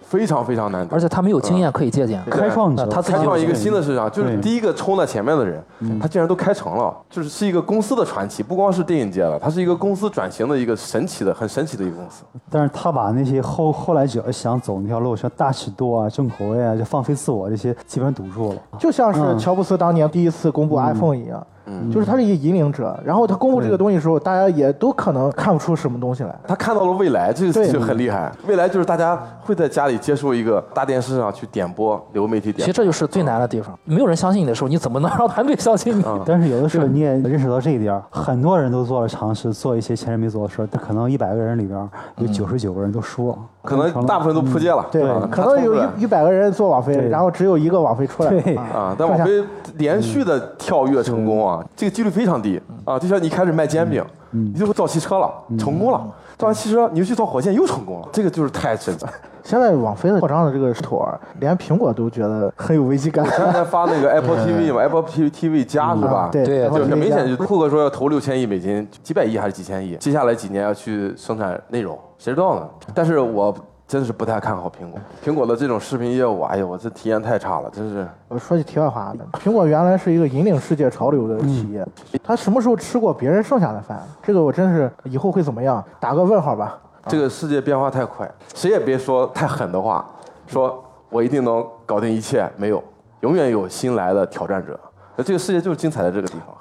非常非常难得而。且他没有嗯经验可以借鉴。开创者他自己开创一个新的，的市场，就是对第一个冲在前面的人，他竟然都开成了，就是是一个公司的传奇，不光是电影界了，它是一个公司转型的一个神奇的、很神奇的一个公司。但是他把那些后后来者想走那条路，像大尺度啊、重口味啊，就放飞自我这些，基本堵住了。啊就像是乔布斯当年第一次公布 iPhone 一样，就是他是一个引领者。然后他公布这个东西的时候，大家也都可能看不出什么东西来。他看到了未来，这个对就很厉害。未来就是大家会在家里接受一个大电视上去点播流媒体其点实这就是最难的地方。没有人相信你的时候，你怎么能让团队相信你？嗯但是有的时候你也认识到这一点儿，很多人都做了尝试，做一些前人没做的事儿，但可能一百个人里边儿嗯有九十九个人都输了，播，可能大部分都扑街了，对啊，可能有他冲出来一一嗯百个人做网飞，对然后只有一个网飞出来。对啊啊，但网飞连续的跳跃成功啊，这个几率非常低啊。就像你开始卖煎饼，你就会造汽车了，成功了；造完汽车，你又去造火箭，又成功了。这个就是太神奇了。现在网飞的扩张的这个妥儿，连苹果都觉得很有危机感。 前两天发那个 Apple TV 嘛，Apple TV TV 加是吧？对对就是很明显，就就库克说要投六千亿美金，几百亿还是几千亿？接下来几年要去生产内容，谁知道呢？但是我真是不太看好苹果，苹果的这种视频业务，哎呀，我这体验太差了，真是。我说句题外话，啊苹果原来是一个引领世界潮流的企业，它什么时候吃过别人剩下的饭？这个我真是以后会怎么样？打个问号吧。这个世界变化太快，谁也别说太狠的话，说我一定能搞定一切，没有，永远有新来的挑战者。那这个世界就是精彩在这个地方。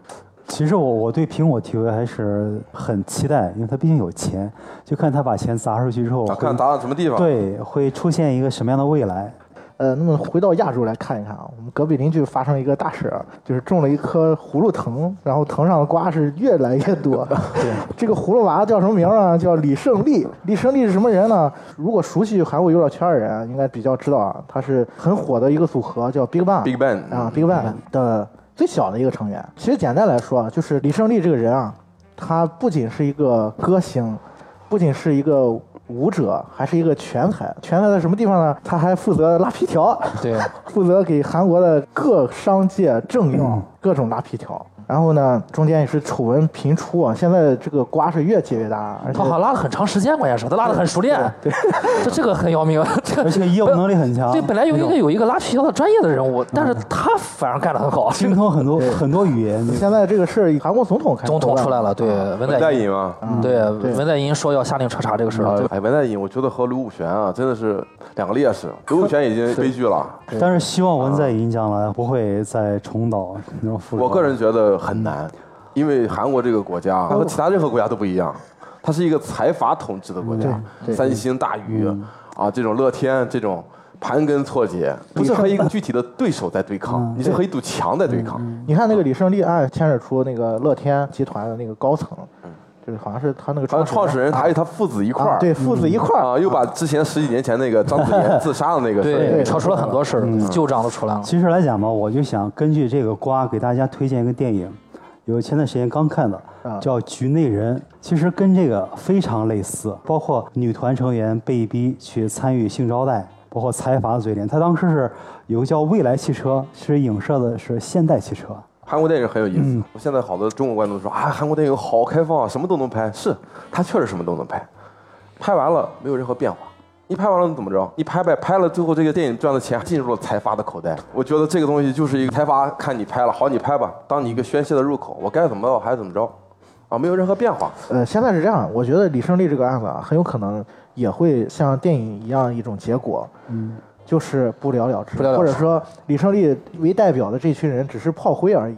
其实我我对苹果 TV 还是很期待，因为它毕竟有钱，就看它把钱砸出去之后啊，会，看打到什么地方。，对会出现一个什么样的未来。呃，那么回到亚洲来看一看啊，我们隔壁邻居发生一个大事儿，啊就是种了一棵葫芦藤，然后藤上的瓜是越来越 多。这个葫芦娃叫什么名儿呢？叫李胜利。李胜利是什么人呢？如果熟悉韩国娱乐圈的人，应该比较知道啊，他是很火的一个组合，叫 Big Bang。 Big Bang 嗯啊，Big Bang 的最小的一个成员。其实简单来说啊，就是李胜利这个人啊，他不仅是一个歌星，不仅是一个舞者，还是一个拳才。拳才在什么地方呢？他还负责拉皮条。 对，负责给韩国的各商界政要各种拉皮条。然后呢，中间也是丑闻频出啊，现在这个瓜是越结越大，而且他好像拉了很长时间，关键是他拉的很熟练， 这这个很要命。啊这而且业务能力很强对，本来有一个有一个拉皮条的专业的人物，但是他反而干得很 好。精通很多很多语言，现在这个事儿，韩国总统开始总统头出来了，了，对文文在在寅，寅嘛。嗯对嗯文在寅说要下令彻查这个事啊儿，，哎，文在寅，我觉得和卢武铉啊，真的是两个烈士。卢武铉已经悲剧了，但是希望文在寅将来不会再重蹈那种覆辙。我个人觉得很难，因为韩国这个国家啊它和其他任何国家都不一样，它是一个财阀统治的国家，三星大鱼啊，这种乐天这种盘根错节，不是和一个具体的对手在对抗，你是和一堵墙在对抗。你看那个李胜利案牵扯出那个乐天集团的那个高层，就是好像是他那个好像创始始人他还有他父子一块啊儿，对父嗯子一块儿，啊，又把之前十几年前那个张子妍 自杀的那个事儿，对，扯嗯出了很多事儿，旧账都出来了。其实来讲吧，我就想根据这个瓜给大家推荐一个电影，有前段时间刚看的，啊叫《局内人》，其实跟这个非常类似，包括女团成员被逼去参与性招待。包括财阀的嘴脸，他当时是有个叫未来汽车，其实影射的是现代汽车。韩国电影很有意思。我现在好多中国观众说啊，韩国电影好开放啊，什么都能拍。是，他确实什么都能拍，拍完了没有任何变化。你拍完了你怎么着？你拍呗，拍了最后这个电影赚的钱进入了财阀的口袋。我觉得这个东西就是一个财阀看你拍了，好你拍吧，当你一个宣泄的入口，我该怎么着还怎么着，啊，没有任何变化。呃，现在是这样，我觉得李胜利这个案子啊，很有可能也会像电影一样一种结果，嗯，就是不了了之，不了了之或者说李胜利为代表的这群人只是炮灰而已，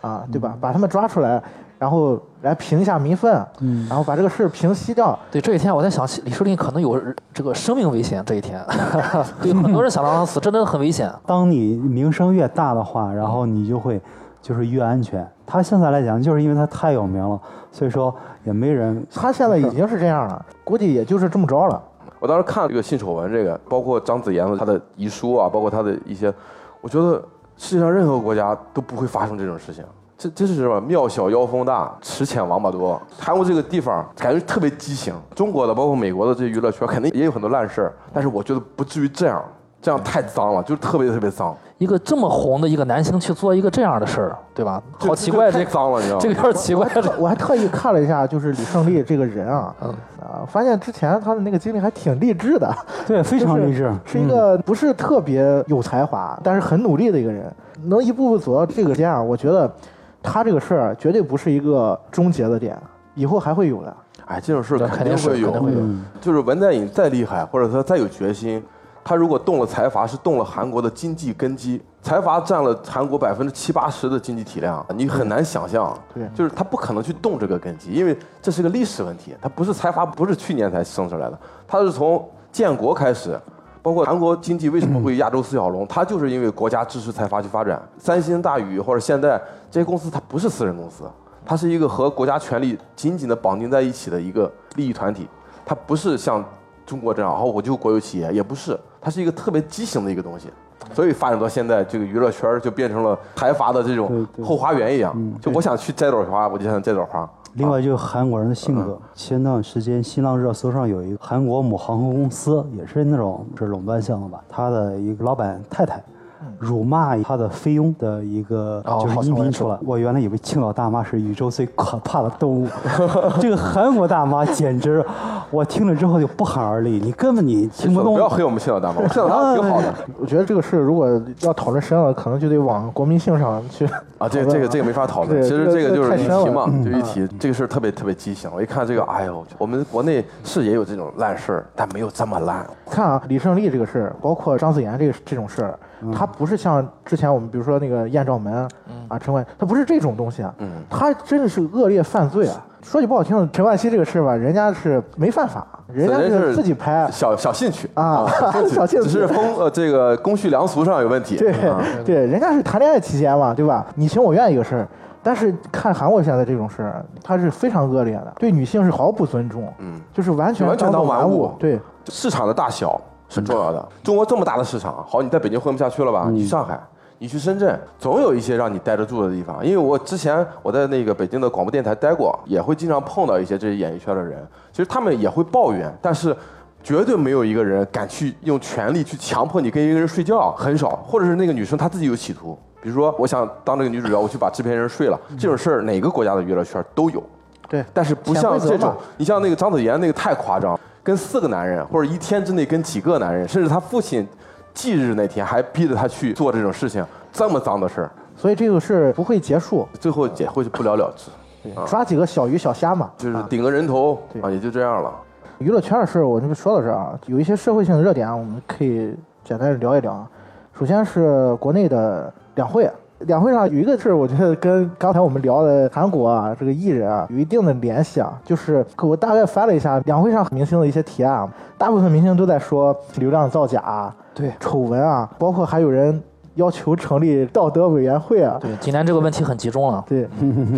啊，对吧？嗯把他们抓出来，然后来平一下民愤，嗯，然后把这个事儿平息掉，对，这一天我在想，李世林可能有这个生命危险。这一天， 对很多人想让他死，真的很危险。当你名声越大的话，然后你就会就是越安全。他现在来讲，就是因为他太有名了，所以说也没人他现在已经是这样了，估计也就是这么着了。我当时看这个性丑闻，这个包括张子妍的她的遗书啊，包括她的一些，我觉得世界上任何国家都不会发生这种事情。这真是什么庙小妖风大，池浅王八多。韩国这个地方感觉特别畸形，中国的包括美国的这娱乐圈肯定也有很多烂事儿，但是我觉得不至于这样。这样太脏了，就是特别特别脏，一个这么红的一个男星去做一个这样的事儿，对吧？好奇怪，这这太脏了，你知道吗？这个有点奇怪。 这我还特意看了一下，就是李胜利这个人啊，嗯啊，发现之前他的那个经历还挺励志的，对，非常励志。嗯是一个不是特别有才华，但是很努力的一个人，能一步步走到这个阶啊，我觉得他这个事儿绝对不是一个终结的点，以后还会有的。哎，这种事对肯肯定是会有，嗯肯定会有就是文在寅再厉害，或者他再有决心，他如果动了财阀，是动了韩国的经济根基。财阀占了韩国百分之七八十的经济体量，你很难想象。对就是他不可能去动这个根基，因为这是个历史问题。他不是财阀，不是去年才生出来的，他是从建国开始。包括韩国经济为什么会亚洲四小龙，它就是因为国家支持财阀去发展。三星、大宇或者现代这些公司，它不是私人公司，它是一个和国家权力紧紧的绑定在一起的一个利益团体。它不是像中国这样，哦，我就国有企业，也不是，它是一个特别畸形的一个东西。所以发展到现在，这个娱乐圈儿就变成了财阀的这种后花园一样。嗯就我想去摘朵花，我就想摘朵花。另外就是韩国人的性格。嗯前段时间新浪热搜上有一个韩国某航空公司，也是那种是垄断性的吧，他的一个老板太太。辱骂他的菲佣的一个哦就好像是音我也频知出来，我原来以为青岛大妈是宇宙最可怕的动物， 这个韩国大妈简直，我听了之后就不寒而栗。你根本你听不说懂，不要黑我们青岛大 妈，我们青岛大妈挺好的我觉得这个事如果要讨论深了，可能就得往国民性上去 啊。这个这个这个没法讨论，对其实这这个个就是太一深了嗯提嘛，就一提这个事儿特别特别畸形。我一看这个，哎呦，我们国内是也有这种烂事儿，但没有这么烂。看啊，李胜利这个事儿，包括张子妍这个这种事儿，嗯他不是像之前我们比如说那个艳照门啊、陈冠，他不是这种东西啊，嗯他真的是恶劣犯罪啊。说句不好听的，陈冠希这个事儿吧，人家是没犯法，人家人是自己拍小小兴趣啊，小性只是子。风呃这个公序良俗上有问题。对 啊对，人家是谈恋爱期间嘛，对吧？你情我愿一个事儿，但是看韩国现在这种事儿，他是非常恶劣的，对女性是毫不尊重，嗯，就是完全完全当做玩玩物对。市场的大小是重要的。中国这么大的市场，好，你在北京混不下去了吧？你去上海，你去深圳，总有一些让你待得住的地方。因为我之前我在那个北京的广播电台待过，也会经常碰到一些这些演艺圈的人，其实他们也会抱怨，但是。绝对没有一个人敢去用权力去强迫你跟一个人睡觉，很少，或者是那个女生她自己有企图，比如说我想当这个女主角，我去把制片人睡了，这种事儿哪个国家的娱乐圈都有，对，但是不潜像规则这种嘛，你像那个张子妍那个太夸张，跟四个男人或者一天之内跟几个男人，甚至他父亲忌日那天还逼着他去做这种事情，这么脏的事儿，所以这个事儿不会结束，最后也会不了了之，抓几个小鱼小虾嘛。就是顶个人头对啊，也就这样了。娱乐圈的事儿，我这不说到这儿啊，有一些社会性的热点啊，我们可以简单地聊一聊啊。首先是国内的两会，啊两会上有一个事儿，我觉得跟刚才我们聊的韩国啊这个艺人啊有一定的联系啊，就是我大概翻了一下两会上明星的一些提案啊，大部分明星都在说流量造假、啊、对丑闻啊，包括还有人要求成立道德委员会啊，对，今年这个问题很集中了。 对，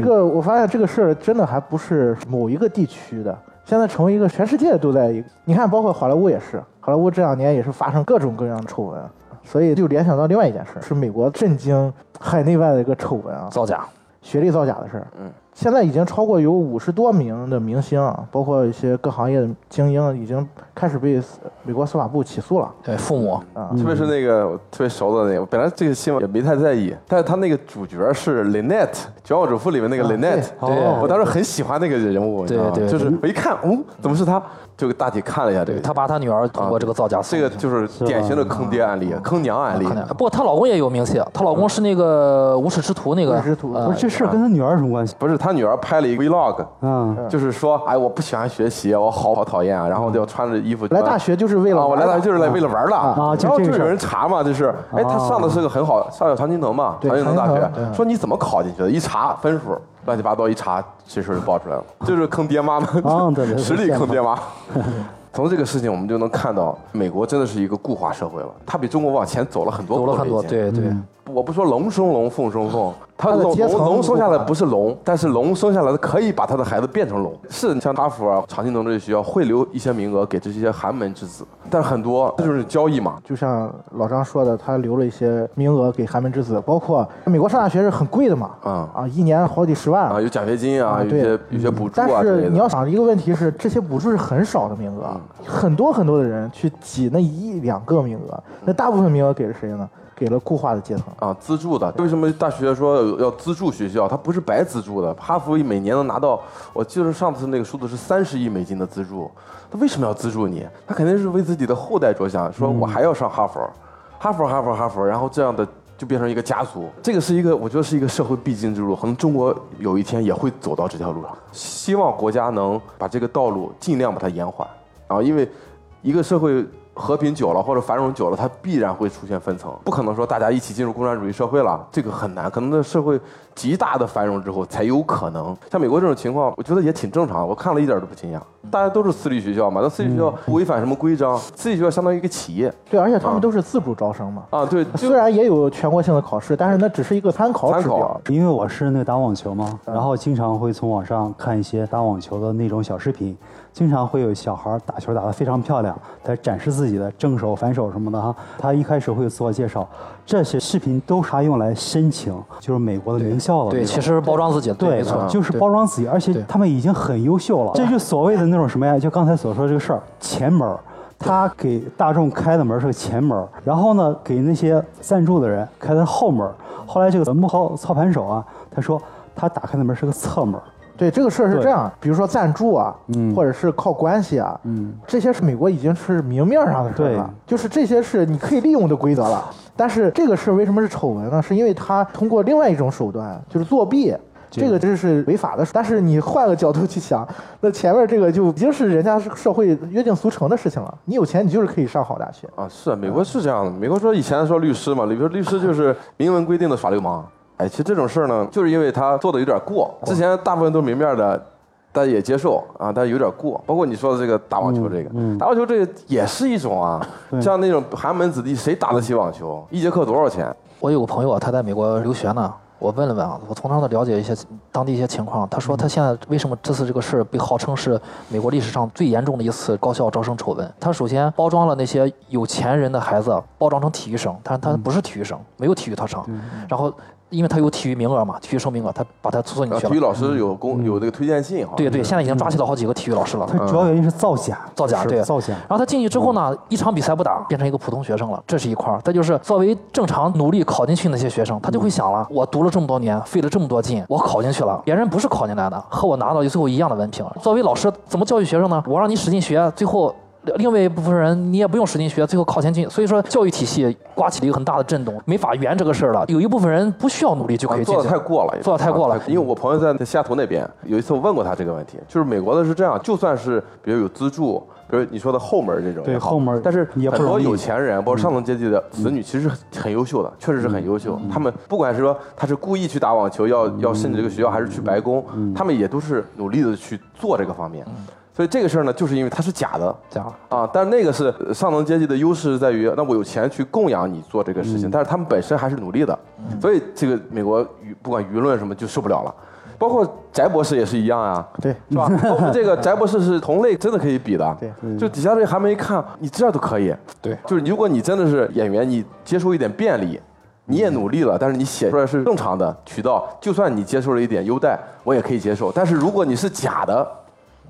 这个我发现这个事儿真的还不是某一个地区的，现在成为一个全世界都在一个。你看，包括好莱坞也是，好莱坞这两年也是发生各种各样的丑闻，所以就联想到另外一件事，是美国震惊海内外的一个丑闻啊，造假，学历造假的事儿。嗯，现在已经超过有五十多名的明星啊，包括一些各行业的精英，已经开始被司美国司法部起诉了。对父母，特别是那个我特别熟的那个，本来这个新闻也没太在意，但是他那个主角是 Lynette，《绝望主妇》里面那个 Lynette，、对对我当时很喜欢那个人物，你知道吗对对就是我一看，嗯，怎么是他？就大体看了一下这个，他把他女儿通过这个造假送啊这进个去，就是典型的坑爹案例、坑娘案例。可能不过她老公也有名气，啊她老公是那个无耻之徒那个无耻之徒呃不是这事儿跟他女儿有什么关系？啊不是他女儿拍了一个 vlog，嗯，就是说，哎，我不喜欢学习，我好好讨厌啊，然后就穿着衣服哦来大学就是为了啊，我玩来儿大学就是来为了玩儿的啊就然后这个就事儿有人查嘛，就是，哎，他上的是个很好，上的常青藤嘛，对常青藤大常青藤学，对说你怎么考进去的？一查分数，乱七八糟一查，这事儿就爆出来了，就是坑爹妈嘛，啊 对对对实力坑爹妈。从这个事情我们就能看到，美国真的是一个固化社会了，它比中国往前走了很多走步了了已经，很多，对对，我不说龙生龙，凤生凤，它它啊的龙阶龙层龙生下不来同不是龙，但是龙生下来可以把他的孩子变成龙。是像哈佛啊、常青藤这些学校会留一些名额给这些寒门之子，但是很多这就是交易嘛。就像老张说的，他留了一些名额给寒门之子，包括美国上大学是很贵的嘛，啊啊，一年好几十万啊，有奖学金啊，啊有一些对有一些补助啊但之是你类的。嗯要想一个问题是，这些补助是很少的名额，很多很多的人去挤那一两个名额，那大部分名额给了谁呢？给了固化的阶层。啊，资助的，为什么大学说有要资助学校？它不是白资助的。哈佛每年能拿到，我记得上次那个数字是三十亿美金的资助，他为什么要资助你？他肯定是为自己的后代着想，说我还要上哈佛，哈佛，哈佛，哈佛，然后这样的就变成一个家族。这个是一个，我觉得是一个社会必经之路，可能中国有一天也会走到这条路上。希望国家能把这个道路尽量把它延缓啊，因为一个社会和平久了或者繁荣久了，它必然会出现分层，不可能说大家一起进入共产主义社会了，这个很难。可能在社会极大的繁荣之后才有可能。像美国这种情况，我觉得也挺正常，我看了一点都不惊讶。嗯大家都是私立学校嘛，那私立学校不违反什么规章，私立学校相当于一个企业对，而且他啊们都是自主招生嘛，啊，对，虽然也有全国性的考试，但是那只是一个参考参指考啊标。因为我是那个打网球嘛，嗯然后经常会从网上看一些打网球的那种小视频，经常会有小孩儿打球打得非常漂亮，在展示自己的正手、反手什么的哈。他一开始会有自我介绍，这些视频都是他用来申请，就是美国的名校了。对，其实包装自己，对嗯没错，，啊就是包装自己，而且对他们已经很优秀了。这就所谓的那种什么呀？就刚才所说的这个事儿，前门儿。他给大众开的门儿是个前门儿，然后呢，给那些赞助的人开的是后门儿。后来这个幕后操盘手啊，他说他打开的门儿是个侧门儿，对这个事儿是对这样，比如说赞助啊，嗯或者是靠关系啊，嗯这些是美国已经是明面上的事儿了，就是这些是你可以利用的规则了。但是这个事儿为什么是丑闻呢？是因为他通过另外一种手段，就是作弊。这个这是违法的，但是你换个角度去想，那前面这个就已经是人家社会约定俗成的事情了。你有钱，你就是可以上好大学。啊，是啊，美国是这样的。美国说以前说律师嘛，里边律师就是明文规定的耍流氓。哎，其实这种事儿呢，就是因为他做的有点过，之前大部分都明面的，大家也接受啊，但是有点过。包括你说的这个打网嗯球这个，打网球这个也是一 种啊，像那种寒门子弟，谁打得起网球？一节课多少钱？我有个朋友啊，他在美国留学呢，我问了问啊，我从他那了解一些当地一些情况。他说他现在为什么这次这个事儿被号称是美国历史上最严重的一次高校招生丑闻？他首先包装了那些有钱人的孩子，啊包装成体育生，但是他不是体育生，没有体育特长。然后因为他有体育名额嘛，体育生名额，他把他促进然后去啊体育了。老师有公有那个推荐信哈。嗯对对，现在已经抓起了好几个体育老师了。他嗯主要原因是造假，造假是对造假。然后他进去之后呢，一场比赛不打，变成一个普通学生了，这是一块儿。再就是作为正常努力考进去那些学生，他就会想嗯了，我读了这么多年，费了这么多劲，我考进去了，别人不是考进来的，和我拿到最后一样的文凭。作为老师怎么教育学生呢？我让你使劲学，最后。另外一部分人，你也不用使劲学，最后考前进。所以说，教育体系刮起了一个很大的震动，没法圆这个事儿了。有一部分人不需要努力就可以进啊做去的太过了，啊做得太过了因为我朋友在在西雅图那边，有一次我问过他这个问题，就是美国的是这样，就算是比如有资助，比如你说的后门这种对也好后门但是也不很多容易嗯有钱人，包括上层阶级的子女，其实很很优秀的，确实是很优嗯秀。他们不管是说他是故意去打网球，要要申请这个学校，还是去白宫，嗯他们也都是努力的去做这个方面。所以这个事儿呢，就是因为它是假的，这样。啊，但那个是呃上层阶级的优势是在于，那我有钱去供养你做这个嗯事情，但是他们本身还是努力的，所以这个美国舆不管舆论什么就受不了了。包括翟博士也是一样啊，对，是 吧？我们这个翟博士是同类，真的可以比的。对就底下这还没看，你这样都可以。嗯对，就是如果你真的是演员，你接受一点便利，你也努力了，但是你写出来是正常的渠道，就算你接受了一点优待，我也可以接受。但是如果你是假的，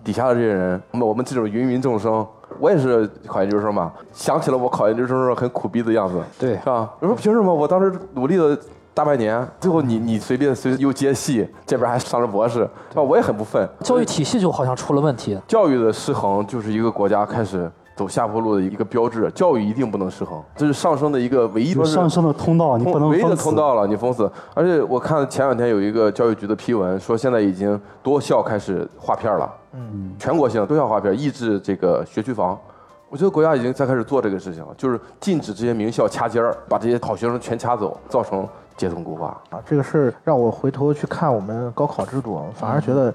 底下的这些人，那么我们这种芸芸众生，我也是考研究生嘛，想起了我考研究生时候很苦逼的样子，对是吧？我说凭什么我当时努力了大半年，最后你你随便随又接戏，这边还上了博士，是吧？我也很不忿。教育体系就好像出了问题，教育的失衡就是一个国家开始走下坡路的一个标志，教育一定不能失衡，这是上升的一个唯一就说是上升的通道，你不通能唯一的封通死。道了，你封死。而且我看前两天有一个教育局的批文，说现在已经多校开始划片了，嗯，全国性多校划片，抑制这个学区房。我觉得国家已经在开始做这个事情了，就是禁止这些名校掐尖儿，把这些好学生全掐走，造成阶层固化。啊，这个事儿让我回头去看我们高考制度，啊反而觉得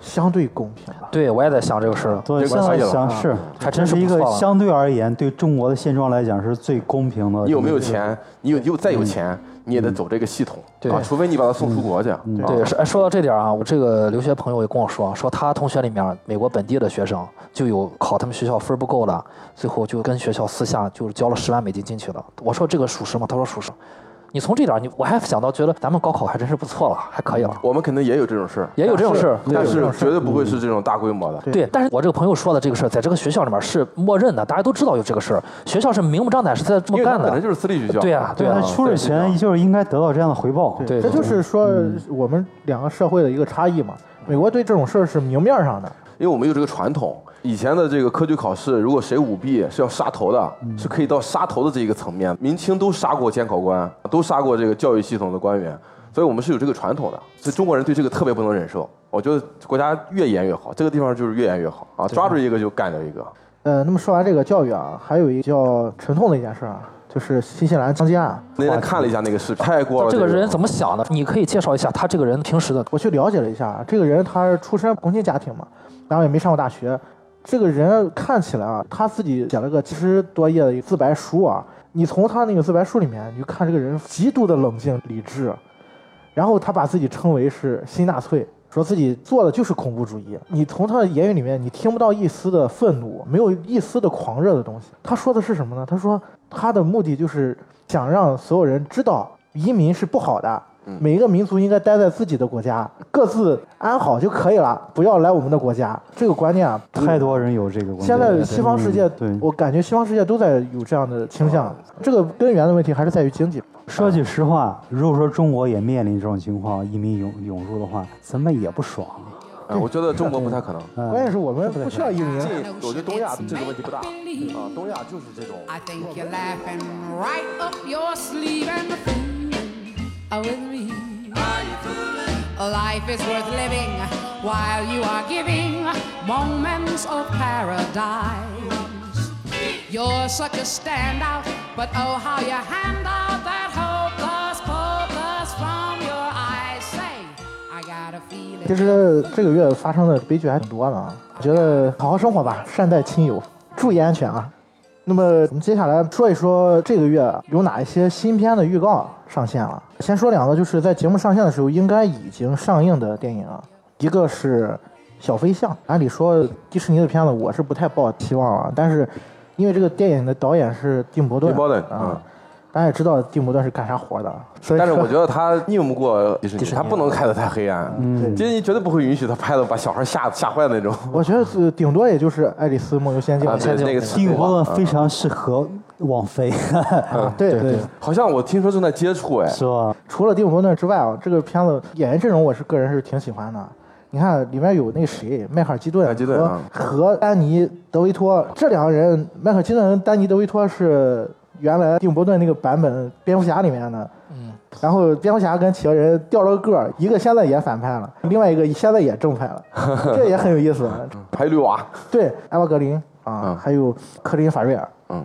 相对公平了。对我也在想这个事儿，对，这现关在系了想啊是，还真是这一不个错了相对而言对中国的现状来讲是最公平的。嗯你有没有钱？你有你有再有钱，你也得走这个系统对啊，除非你把它送出国去。嗯啊对，是哎，说到这点儿啊，我这个留学朋友也跟我说，说他同学里面美国本地的学生就有考他们学校分儿不够的，最后就跟学校私下就是交了十万美金进去的。我说这个属实吗？他说属实。你从这点儿，你我还想到觉得咱们高考还真是不错了，还可以了，我们肯定也有这种事儿，也有这种事儿。但嗯是绝对不会是这种大规模的。对，但是我这个朋友说的这个事儿，在这个学校里面是默认的，大家都知道有这个事儿，学校是明目张胆是在这么因为它干本身的。就是私立学校。对啊，对他啊，出了钱就是应该得到这样的回报。对这对就是说我们两个社会的一个差异嘛。美国对这种事儿是明面上的，因为我们有这个传统，以前的这个科举考试，如果谁舞弊是要杀头的，嗯是可以到杀头的这一个层面。明清都杀过监考官，都杀过这个教育系统的官员，所以我们是有这个传统的。所以中国人对这个特别不能忍受。我觉得国家越严越好，这个地方就是越严越好啊，抓住一个就干掉一个。呃，那么说完这个教育啊，还有一个较沉痛的一件事啊，就是新西兰枪击案。那天看了一下那个视频，太过了。这个人怎么？么想的？你可以介绍一下他这个人平时的我去了解了一下，啊这个人他是出身工薪家庭嘛，然后也没上过大学。这个人看起来啊，他自己写了个七十多页的一个自白书啊，你从他那个自白书里面，你就看这个人极度的冷静理智，然后他把自己称为是新纳粹，说自己做的就是恐怖主义。你从他的言语里面，你听不到一丝的愤怒，没有一丝的狂热的东西。他说的是什么呢？他说他的目的就是想让所有人知道移民是不好的，每一个民族应该待在自己的国家，各自安好就可以了，不要来我们的国家。这个观念啊，不太多人有这个观点。现在西方世界，对，我感觉西方世界都在有这样的倾向。这个根源的问题还是在于经济。说句实话，如果说中国也面临这种情况，移民涌涌入的话，咱们也不爽。啊哎我觉得中国不太可能。关键是我们不需要移民。啊这我觉得东亚这个问题不大啊，东亚就是这种。 I think you're laughing right up your sleeve and the fools are with me. Life is worth living while you are giving moments of paradise. You're such a standout, but oh how you hand out that hopeless, hopeless from your eyes. Say, I got a feeling. 其实这个月发生的悲剧还挺多的啊，我觉得好好生活吧，善待亲友，注意安全啊。那么我们接下来说一说这个月有哪一些新片的预告上线了。先说两个，就是在节目上线的时候应该已经上映的电影啊，一个是《小飞象》。按理说迪士尼的片子我是不太抱期望了，但是因为这个电影的导演是蒂姆·伯顿，蒂姆伯顿啊嗯，大家也知道蒂姆·伯顿是干啥活的，所以 但是说我觉得他拗不过迪士尼，士尼他不能开的太黑暗。嗯对迪士尼绝对不会允许他拍的把小孩吓吓坏的那种。 我觉得呃顶多也就是《爱丽丝梦游仙境》啊，对，仙啊境那个蒂姆·伯顿非常适合网飞，啊对对好像我听说正在接触 哎，是吧？除了蒂姆·伯顿之外啊，这个片子演员阵容我是个人是挺喜欢的。你看里面有那谁，迈克尔·基顿迈克尔基顿和啊和丹尼·德维托这两个人，迈克尔·基顿和丹尼·德维托是原来蒂姆·伯顿那个版本蝙蝠侠里面的。嗯。然后蝙蝠侠跟企鹅人掉了个个儿，一个现在也反派了，另外一个现在也正派 了，这也很有意思。还有绿娃。对，艾娃·格林啊，嗯还有科林·法瑞尔，嗯，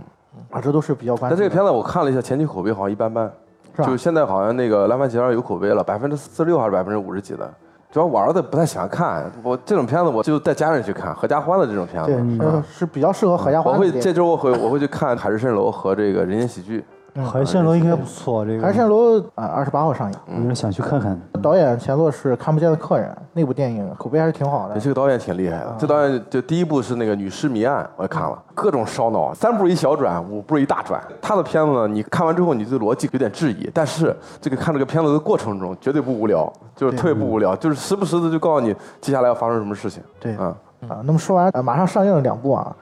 啊，这都是比较关但注这的。个片子我看了一下，前期口碑好像一般般，是吧就是现在好像那个烂番茄上有口碑了，百分之四十六还是百分之五十几的。主要我儿子不太喜欢看，我这种片子我就带家人去看，合家欢的这种片子。对，呃是比较适合合家我欢会的电影。嗯这周我会我会去看《海市蜃楼》和这个《人间喜剧嗯海参楼应该不错，这个海市蜃楼啊，二十八号上映。我有点想去看看。导演前作是《看不见的客人》，那部电影口碑还是挺好》。的这。个导演挺厉害的，这导演就第一部是那个《女尸谜案》，我看了，各种烧脑，三步一小转，五步一大转。他的片子呢，你看完之后你对逻辑有点质疑，但是这个看这个片子的过程中绝对不无聊，就是特别不无聊，就是时不时的就告诉你接下来要发生什么事情。对啊。啊，那么说完、呃马上上映的两部啊，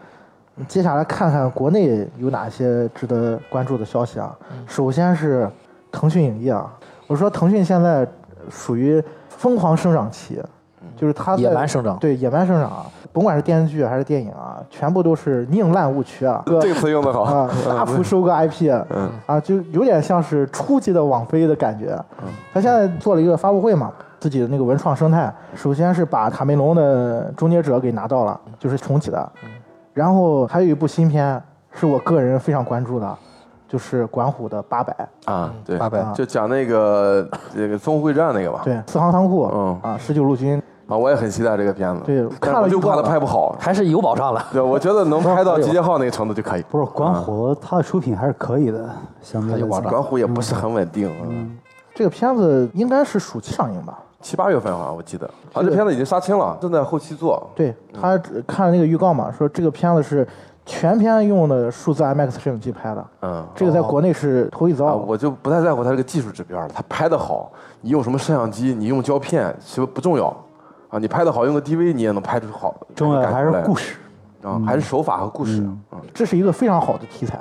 接下来看看国内有哪些值得关注的消息啊。嗯首先是腾讯影业啊，我说腾讯现在属于疯狂生长期，就是它嗯在野蛮生长。对野蛮生长啊，甭管是电视剧还是电影啊，全部都是宁滥勿缺啊。这个词用的好， 啊，大幅收割 IP，啊，就有点像是初级的网飞的感觉。啊他现在做了一个发布会嘛，自己的那个文创生态，首先是把卡梅隆的《终结者》给拿到了，就是重启的，然后还有一部新片是我个人非常关注的，就是管虎的《八佰》，啊，对，八百就讲那个这个淞沪会战那个吧。对，四行仓库嗯啊，十九路军。啊，我也很期待这个片子。对看但是了我就预告怕它了拍不好。还是有保障了。对，我觉得能拍到集结号那个程度就可以。不是管嗯虎他的出品还是可以的，相对来有保讲障管虎也不是很稳定，嗯这个片子应该是暑期上映吧？七八月份好像我记得。好，这片子已经杀青了，正在后期做。对他只看了那个预告嘛，说这个片子是全片用的数字 IMAX 摄影机拍的，嗯，这个在国内是头一遭。啊，我就不太在乎它这个技术指标了，它拍的好，你用什么摄像机，你用胶片，其实不重要。啊，你拍的好，用个 DV 你也能拍出好。重要的还是故事事。啊，还是手法和故事。嗯，这是一个非常好的题材，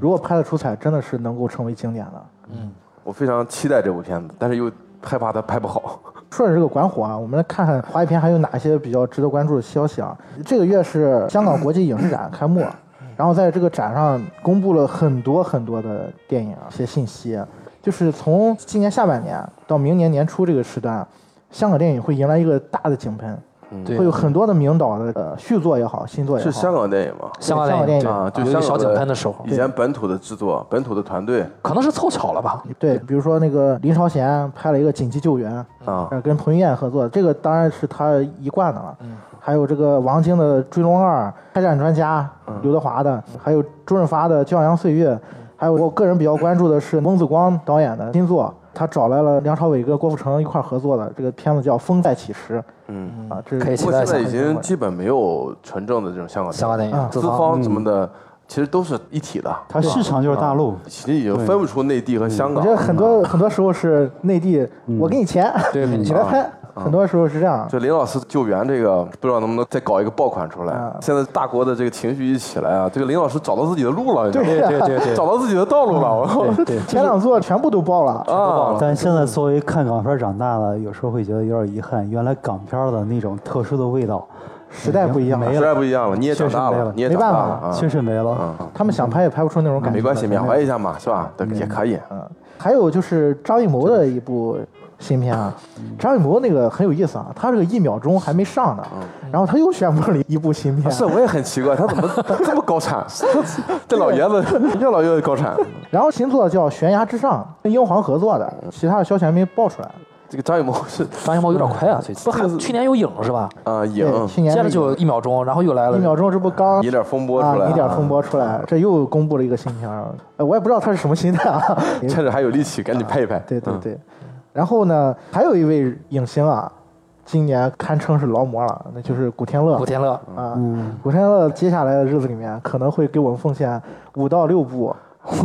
如果拍得出彩，真的是能够成为经典的。我非常期待这部片子，但是又害怕它拍不好。顺着这个管火啊，我们来看看华语片还有哪些比较值得关注的消息啊。这个月是香港国际影视展开幕，啊然后在这个展上公布了很多很多的电影啊一些信息，就是从今年下半年到明年年初这个时段，啊香港电影会迎来一个大的井喷，对会有很多的名导的呃续作也好，新作也好，是香港电影吗？香港香港电电影啊，就有一香个港嗯小井喷的时候以，前本土的制作，本土的团队可能是凑巧了吧？对，比如说那个林超贤拍了一个《紧急救援》，啊，呃，跟彭于晏合作，这个当然是他一贯的了。嗯还有这个王晶的《追龙二》，开展专家嗯刘德华的，还有周润发的《骄阳岁月》，还有我个人比较关注的是翁子光导演的新作，他找来了梁朝伟跟郭富城一块儿合作的，这个片子叫《风再起时》。嗯啊，这可以不期过待现一下在已经基本没有纯正的这种香港香港电影啊资资方方什么的，其实都是一体的，它市场就是大嗯陆，其实已经分不出内地和香我港觉。得很多很多时候是内地，我给你钱，对给你你钱来拍，很多时候是这样。就林老师救援这个，不知道能不能再搞一个爆款出来啊。现在大国的这个情绪一起来啊，这个林老师找到自己的路了，你知道吗对对对对找到自己的道路了。对，前两座全部都爆了，嗯啊，但现在作为看港片长大的，有时候会觉得有点遗憾，原来港片的那种特殊的味道，时代不一样了没时了代不一样了，你也确长大实没了了，你也长大了没办法啊，确实没了。他们想拍也拍不出那种感觉。没关系，缅怀一下嘛，是吧？对，也可以。嗯，还有就是张艺谋的一部新片啊，嗯张艺谋那个很有意思啊，他这个一秒钟还没上呢，然后他又宣布了一部新片，嗯啊是，我也很奇怪，他怎么 这么高产？这老爷子 越老越高产。然后新作叫《悬崖之上》，跟英皇合作的，嗯其他的消息还没爆出来。这个张艺谋是张艺谋有嗯点快啊，最近不还去年有影是吧？啊影对，去年接这着个就一秒钟，然后又来了一秒钟，这不刚引点风波出啊来，嗯了，一点风波出来，这又公布了一个新片儿，呃我也不知道他是什么心态 啊。趁着还有力气，赶紧拍一拍。 对对嗯对，然后呢，还有一位影星啊，今年堪称是劳模了，那就是古天乐。古天嗯乐，啊，古天乐接下来的日子里面可能会给我们奉献五到六部。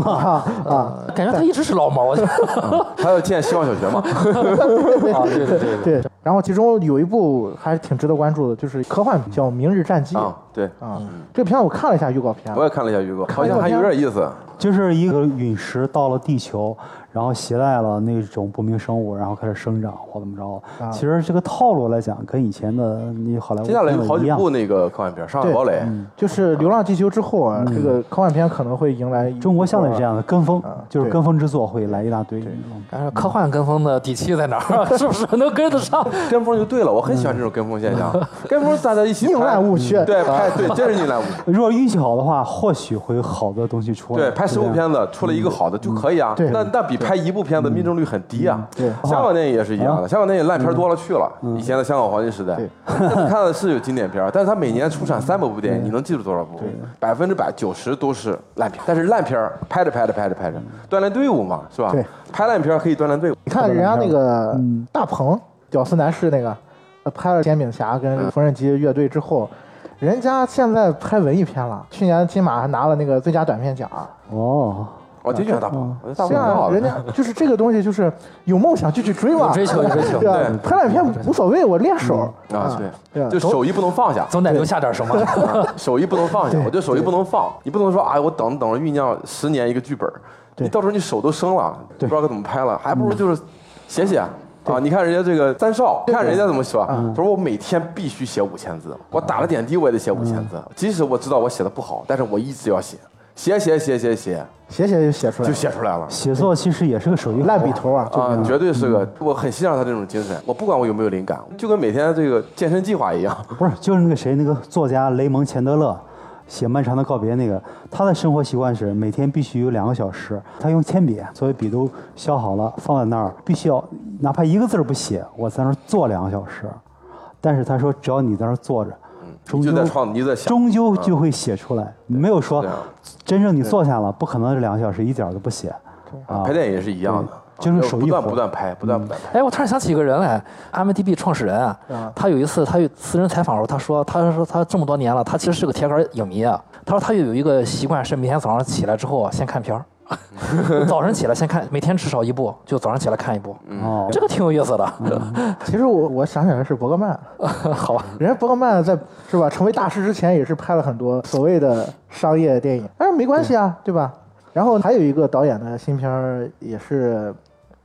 啊啊！感觉他一直是老毛。 还要建希望小学嘛？啊，对对对，对，然后其中有一部还是挺值得关注的，就是科幻叫《明日战记》啊，对，啊。这个片子我看了一下预告片我，也看了一下预告，好预像告还片有点意思。就是一个陨石到了地球，然后携带了那种不明生物，然后开始生长或怎么着。其实这个套路来讲，跟以前的那啊好莱坞啊接下来有片子好一几样部那个科幻片，《上海对嗯堡垒》就是《流浪地球》之后啊，这个科幻片可能会迎来一嗯中国像你波这样的跟风，啊就是对跟风之作会来一大堆。嗯但是科幻跟风的底气在哪儿？ 是不是能跟得上？跟风就对了，我很喜欢这种跟风现象。嗯 跟风大家一起宁拍嗯滥勿炫 对，拍对，真是宁滥勿炫。如果运气好的话，或许会有好的东西出来。对，拍十不部对片子出了一个好的就可以嗯啊对，嗯那那比拍一部片子命中率很低啊。对啊嗯香港电影也是一样的，香港电影烂片多了去了。以前的香港黄金时代对，但你看的是有经典片儿，但是它每年出产三百部嗯电影，你能记住多少部？百分之百九十都是烂片，但是烂片儿拍着拍着拍着拍着锻炼队伍嘛，是吧嗯对？拍烂片儿可以锻炼队伍。你看人家那个嗯大鹏，屌丝男士那个，呃拍了《煎饼侠》跟《缝纫机乐队》之后，人家现在拍文艺片了。去年金马还拿了那个最佳短片奖。哦，我挺喜欢大鹏，我觉得大这鹏挺好样的。人家啊就是这个东西，就是有梦想就去追嘛，有追求有追求对吧对？拍烂片无所谓，我练手啊，对对，啊就手艺不能放下，啊总得留下点什么。手艺不能放下。我觉得手艺不能放，你不能说哎，我等等着酝酿十年一个剧本儿，你到时候你手都生了，不知道该怎么拍了，还不如就是写写。啊！你看人家这个三少，看人家怎么说，他说我每天必须写五千字，我打了点滴我也得写五千字，即使我知道我写的不好，但是我一直要写，写写写写写，写写就写出来就了，写出来了。写作其实也是个手艺活烂笔头啊，啊，绝对是个，我很欣赏他这种精神。我不管我有没有灵感，就跟每天这个健身计划一样，不是，就是那个谁，那个作家雷蒙·钱德勒写《漫长的告别》那个，他的生活习惯是每天必须有两个小时，他用铅笔作为笔都削好了放在那儿，必须要哪怕一个字儿不写，我在那儿坐两个小时。但是他说只要你在那儿坐着，终嗯你究就在嗯创，你就在想，终究就会写出来，没有说这样真正你坐下了，不可能这两个小时一点儿都不写。啊拍电影也是一样的，对就是啊要手不艺断活不断拍，不断不断拍。哎，我突然想起一个人来，IMDB 创始人啊，他有一次他有私人采访的时候，他说，他说他这么多年了，他其实是个铁杆影迷啊。他说他有一个习惯是每天早上起来之后啊，先看片 儿，早上起来先看，每天至少一部，就早上起来看一部，嗯哦，这个挺有意思的。其实我我想起来是伯格曼， 好吧，人家伯格曼在是吧成为大师之前也是拍了很多所谓的商业电影，但是没关系啊，对吧？然后还有一个导演的新片儿也是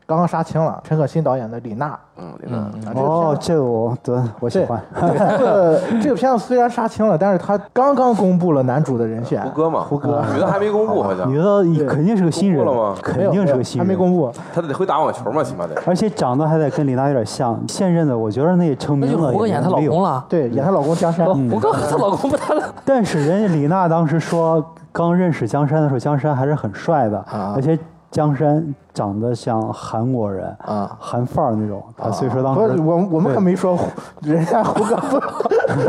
刚刚杀青了，陈可辛导演的《李娜》啊嗯，林娜这个片哦，子这我对我喜对欢。对 这个这个片子虽然杀青了，但是他刚刚公布了男主的人选，胡歌嘛，嗯胡歌女的还没公布好你像知，道，你肯定是个新人公布啊了吗，没肯有定是没有个新人，还没公布，他得会打网球嘛，起码得。而且长得还得跟李娜有点像。现任的，我觉得那成那名就了，胡歌演她老公。了。对，演她老公江山，嗯胡歌和她老公不她的，但是人家李娜当时说，刚认识江山的时候，江山还是很帅的，啊而且江山长得像韩国人，啊韩范儿那种。他啊所以说当啊不是时，我我们可对没说胡人家胡歌不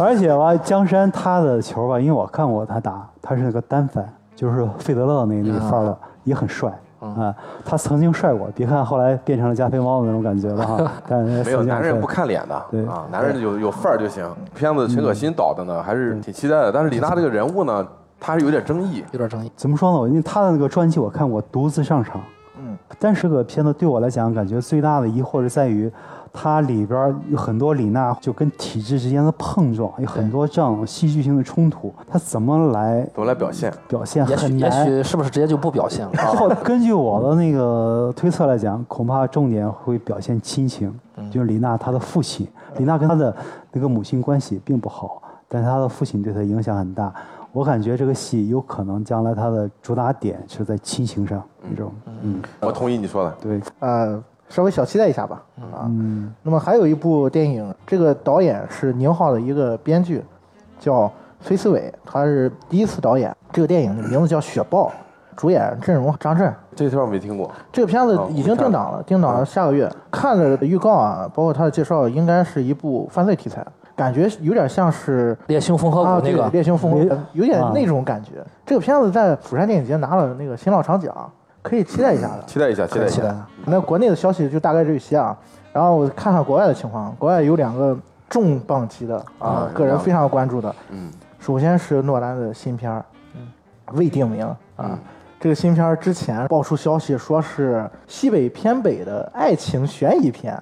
而且吧，江山他的球吧，因为我看过他打，他是那个单反，就是费德勒那那范儿的，也很帅。啊，他曾经帅过，别看后来变成了加菲猫的那种感觉了哈，但是没曾有，经男人帅不看脸的对啊，男人有有范儿就行。片子陈可辛导的呢，还是挺期待的。但是李娜这个人物呢，她是有点争议。有点争议。怎么说呢？我因为他的那个专辑我看过，《独自上场》。嗯，但是这个片子对我来讲，感觉最大的疑惑是在于，它里边儿有很多李娜就跟体制之间的碰撞，有很多这样戏剧性的冲突，他怎么来怎么来表现？表现也许很也难。许是不是直接就不表现了？啊后根据我的那个推测来讲，恐怕重点会表现亲情，就是李娜她的父亲，李娜跟她的那个母亲关系并不好，但是她的父亲对她影响很大。我感觉这个戏有可能将来它的主打点是在亲情上那种，嗯，我同意你说的。对，呃，稍微小期待一下吧。嗯啊，那么还有一部电影，这个导演是宁浩的一个编剧，叫崔思伟，他是第一次导演。这个电影的名字叫《雪豹》，主演阵容张震。这地方没听过，这个片子哦已经定档了，定嗯档了下个月。看了预告啊，包括他的介绍，应该是一部犯罪题材，感觉有点像是猎胸缝合啊，骨哦那对，个，嗯猎熊风没》有点啊那种感觉。这个片子在釜山电影节拿了那个新浪潮奖，可以期待一下的。期待一下，期待一期待下。啊那国内的消息就大概这些啊，然后我看看国外的情况，国外有两个重磅级的啊啊，个人非常关注的，嗯，首先是诺兰的新片儿，嗯未定名啊嗯。这个新片儿之前爆出消息说是西北偏北的爱情悬疑片，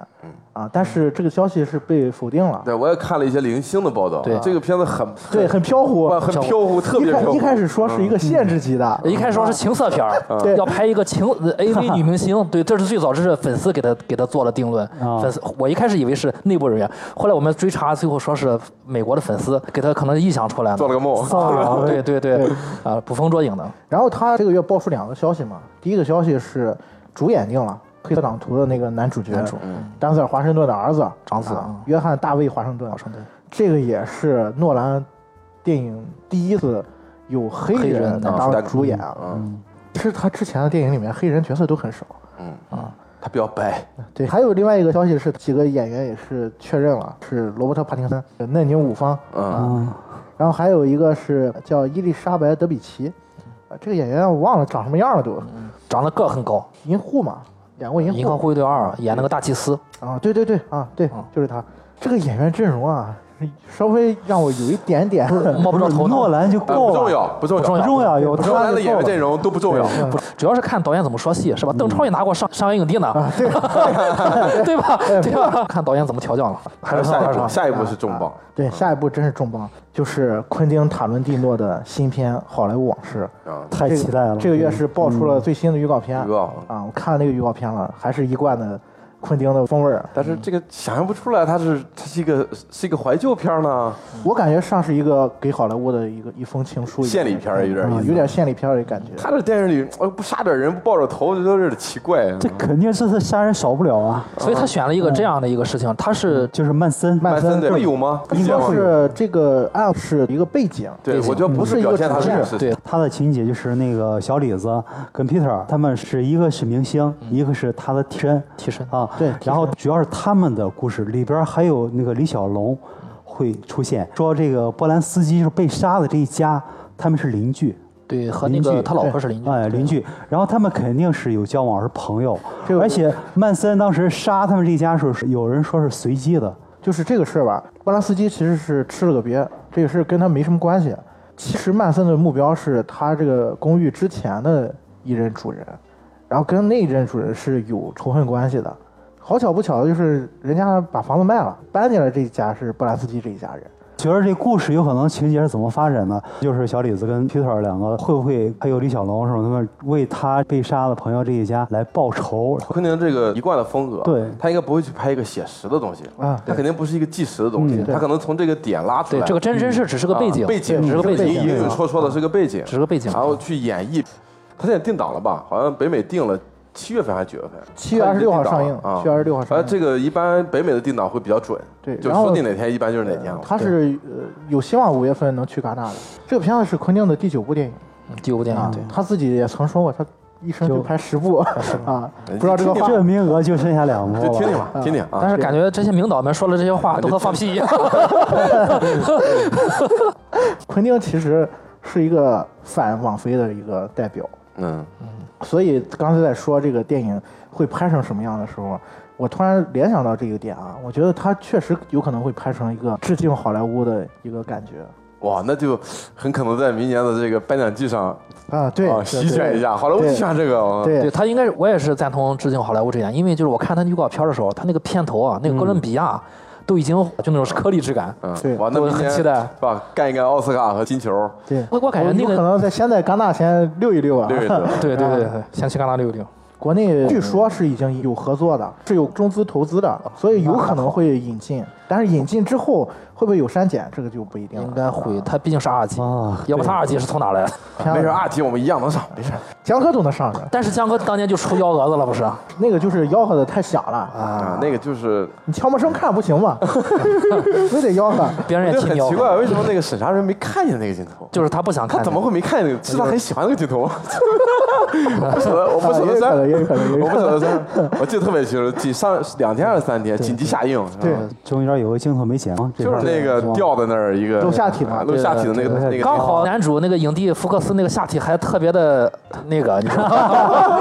啊，但是这个消息是被否定了，嗯对，我也看了一些零星的报道。啊对这个片子很对，很飘忽，哇很飘忽，特一别开飘忽。一开始说是一个限制级的，一开始说是情色片儿，嗯对要拍一个情呃 AV 女明星，对，这是最早这是粉丝给他给他做了定论。啊粉丝，我一开始以为是内部人员，后来我们追查，最后说是美国的粉丝给他可能臆想出来的，做了个梦 啊对对对，啊，捕风捉影的，然后他这个月爆出两个消息嘛，第一个消息是主演定了《黑色党徒》的那个男主角，丹泽尔·华盛顿的儿子长子啊嗯约翰·大卫·华盛顿，华盛顿，这个也是诺兰电影第一次有黑黑人人的当主演。啊嗯，其实他之前的电影里面黑人角色都很少。他比较白，对，还有另外一个消息是，几个演员也是确认了，是罗伯特·帕丁森、嫩牛五方，啊嗯，然后还有一个是叫伊丽莎白·德比奇，啊，这个演员我忘了长什么样了都。长得个儿很高，银护嘛，演过银《护嗯银嗯河护卫队二》演那个大祭司，啊，对对对啊，对，就是他。这个演员阵容啊，稍微让我有一点点 摸不着头脑。诺兰就呃不够重了，要，不重不重要要。重要有不重要他咱的演员阵容都不重要。不主要是看导演怎么说戏，是吧？邓超也拿过上上映影帝呢，对 对吧？对吧？看导演怎么调教了，还还有是下一是吧步，下一步是重磅。对，下一部真是重磅，就是昆汀·塔伦蒂诺的新片《好莱坞往事》。啊，太期待了。嗯这个月是爆出了最新的预告片预告啊，我看了那个预告片了，还是一贯的昆汀的风味儿。但是这个想象不出来，它是它是一个是一个怀旧片呢，我感觉像是一个给好莱坞的一个一封情书一样，献礼片儿有点意啊思有点献礼片儿的感觉。他这电影里，哎，不杀点人，不抱着头，就有点奇怪。这肯定这次杀人少不了啊，所以他选了一个这样的一个事情，他是就是曼森，曼曼森的对会有吗？应见该吗是这个暗示一个背景，对，我觉得不是嗯表现他不是一的个事对情。他的情节就是那个小李子跟 Peter 他们是一个是明星，一个是他的替身嗯替身啊。啊。对然后主要是他们的故事里边还有那个李小龙会出现，说这个波兰斯基是被杀的这一家，他们是邻居。对，和那邻个居他老婆是邻居，哎，邻居，然后他们肯定是有交往，是朋友。这个而且曼森当时杀他们这一家的时候，是有人说是随机的，就是这个事儿吧，波拉斯基其实是吃了个瘪，这个事儿跟他没什么关系。其实曼森的目标是他这个公寓之前的一任主人，然后跟那一任主人是有仇恨关系的。好巧不巧的就是人家把房子卖了，搬进来这一家是波拉斯基这一家人。觉得这故事有可能情节是怎么发展的？就是小李子跟 Peter 两个会不会还有李小龙什么，他们为他被杀的朋友这一家来报仇？昆汀这个一贯的风格，对他应该不会去拍一个写实的东西，啊他肯定不是一个纪实的东西，他可能从这个点拉出对来，这个真真事只是个啊背景，背景只是个背背景嗯景隐隐绰绰的是个背景，只是个背景然后去演绎。他现在定档了吧？好像北美定了七月份还是九月份？七月二十六号上映他已经定档了啊，七月二十六号上反映正这个一般北美的定档会比较准，对就然后说定哪天一般就是哪天了。他是呃有希望五月份能去戛纳的。这个片子是昆汀的第九部电影嗯第五部电啊影，对，他自己也曾说过，他一生就就拍十部啊，不知道这个你听听话这名额就剩下两部就听听了。吧，嗯听听但啊。是感觉这些名导们说了这些话都和放屁一样。 昆汀其实是一个反网飞的一个代表，嗯，所以刚才在说这个电影会拍成什么样的时候，我突然联想到这个点啊，我觉得它确实有可能会拍成一个致敬好莱坞的一个感觉哇，那就很可能在明年的这个颁奖季上啊，对，哦啊对席卷一下。好了，我就喜欢这个。啊对对他应该是，我也是赞同致敬好莱坞这一点，因为就是我看他预告片的时候，他那个片头啊，那个哥伦比亚都已经就那种颗粒质感，对嗯嗯，哇，那我明很年期待是吧？干一干奥斯卡和金球，对，我我感哎哦觉那有个可能在先在戛纳先溜一溜啊，六月份。对对对对，先去戛纳溜一啊溜。 国内据说是已经有合作的，是有中资投资的，所以有可能会引进。但是引进之后会不会有删减，这个就不一定了。应该会，他毕竟是二级啊，要不他二级是从哪来的？ 天啊没事，二级我们一样能上，没事。江科都能上的，但是江哥当年就出幺蛾子了，不是？啊那个就是吆喝的太响了啊！啊，那个就是，你悄没声看不行吗？ 非得吆喝。别人也就听很吆奇喝，怪，为什么那个审查人没看见那个 镜头？就是他不想他看。怎么会没看见那个？是他很喜欢那个镜头吗？ 不舍得，我不啊舍也有可能，得删，也有可能，也有我可不能。舍得删。我记得特别清楚，紧上两天还是三天，紧急下映，是吧对，中间有个镜头没剪啊吗？这就是块儿那个吗掉在那儿一个露下体嘛啊露下体的那个那个。刚好男主那个影帝福克斯那个下体还特别的那个，你知道 吗？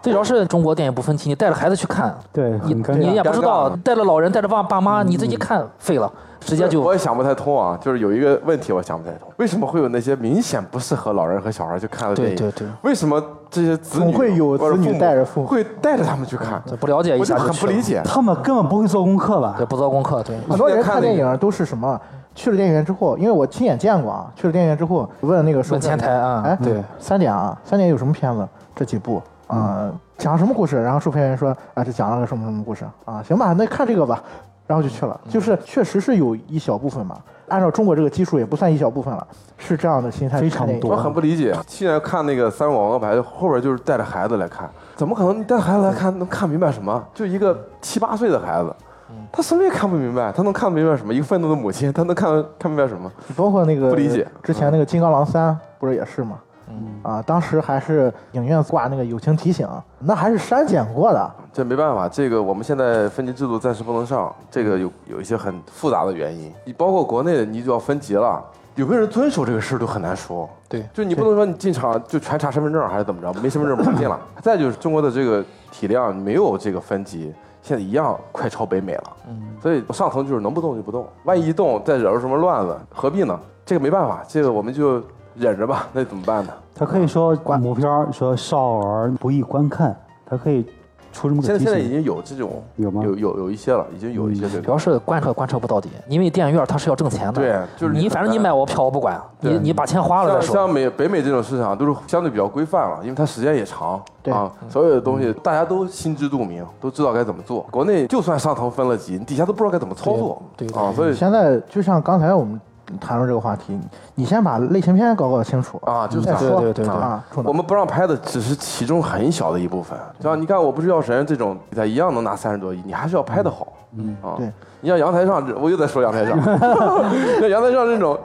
最主要是中国电影不分级，你带着孩子去看，对，你很尴你也尬。不知尴道尬嗯带着老人带着爸爸妈，你这一看废了，直接我就也想不太通啊，就是有一个问题我想不太通，为什么会有那些明显不适合老人和小孩去看的电影？对对对为什么这些子女总会有或者子女父母带着父母嗯会带着他们去看？不了解一我就下就很去不了理，解。他们根本不会做功课吧对，？不做功课，对。很多人看看那电个影都是什么？去了电影院之后，因为我亲眼见过啊，去了电影院之后问那个售问前票员台啊哎，对，三点啊，三点有什么片子？这几部啊，讲什么故事？然后售票员说啊，这讲了个什么什么故事啊？行吧，那看这个吧。然后就去了，就是 确实是有一小部分嘛，按照中国这个基数也不算一小部分了，是这样的心态去非看常电影。多我很不理解，现在看那个《三个广告牌》后边就是带着孩子来看，怎么可能你带着孩子来看能看明白什么？就一个七八岁的孩子，他什么也看不明白，他能看明白什么？一个愤怒的母亲，他能看看明白什么？包括那个不理解之前那个《金刚狼三》不是也是吗？嗯啊，当时还是影院挂那个友情提醒，那还是删减过的。这没办法，这个我们现在分级制度暂时不能上，这个有有一些很复杂的原因。你包括国内，你就要分级了，有没有人遵守这个事儿都很难说。对就你不能说你进场就全查身份证还是怎么着，没身份证不能进了。再就是中国的这个体量没有这个分级，现在一样快超北美了。嗯所以上层就是能不动就不动，万一一动再惹出什么乱子，何必呢？这个没办法，这个我们就忍着吧。那怎么办呢？他可以说母片儿说少儿不宜观看，他可以出这么现个在提现在已醒。经有这种有吗嗯有有有一些了，已经有一些这主要个。是贯彻贯彻不到底，因为电影院它是要挣钱的。对就是你，你反正你买我票我不管，你对你把钱花了再像说。像美北美这种市场都是相对比较规范了，因为它时间也长对啊，所有的东西大家都心知肚明，都知道该怎么做。国内就算上层分了级，你底下都不知道该怎么操作，对对啊，所以现在就像刚才我们谈论这个话题，你先把类型片搞搞清楚啊就嗯是再这说样对对对对啊，处我男们不让拍的只是其中很小的一部分。像你看，我不是药神这种比赛一样能拿三十多亿，你还是要拍的好。嗯啊，对，你像阳台上这，我又在说阳台上，像阳台上这种，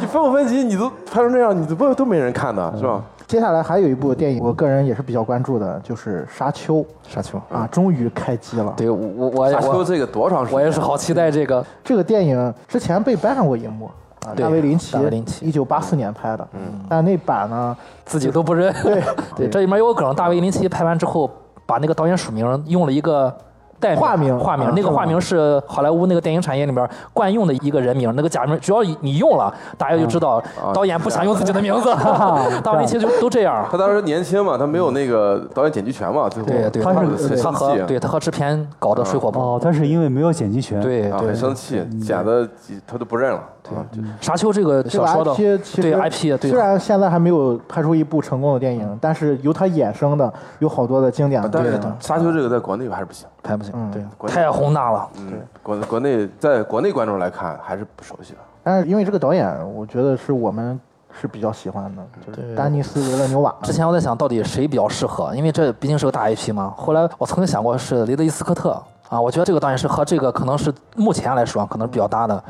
你分不分级，你都拍成这样，你都不都没人看的是吧？接下来还有一部电影，我个人也是比较关注的，就是《沙丘》沙丘。啊，终于开机了。嗯对我我我也沙丘哎我这个多长时间？我也是好期待这个，这个电影之前被搬上过荧幕，啊，对大卫林奇，大卫林奇一九八四年拍的，嗯，但那版呢，自己都不 认。对 对，这里面有个梗，大卫林奇拍完之后，把那个导演署名用了一个。代化名化名啊，那个是吗化名是好莱坞那个电影产业里面惯用的一个人名，那个假名，只要你用了，大家就知道嗯哦导演不想用自己的名字。啊 大卫林奇就都这样。他当时年轻嘛，他没有那个导演剪辑权嘛，最后对啊对，他是对他和啊生气啊对他和制片搞的水火不容。嗯哦，他是因为没有剪辑权，，对哦啊，对嗯很，生气，剪的他都不认了。啊就沙丘这个这个小说的 IP 其实对 IP 对虽然现在还没有拍出一部成功的电影，但是由它衍生的有好多的经典的啊但电是影。沙丘这个在国内还是不行，拍不行，嗯国对，内太宏大了。嗯，国国内在国内观众来看还是不熟悉的。但是因为这个导演，我觉得是我们是比较喜欢的，就是丹尼斯·维 勒纽瓦。之前我在想到底谁比较适合，因为这毕竟是个大 IP 嘛。后来我曾经想过是雷德利·斯科特啊，我觉得这个导演是和这个可能是目前来说可能是比较搭的。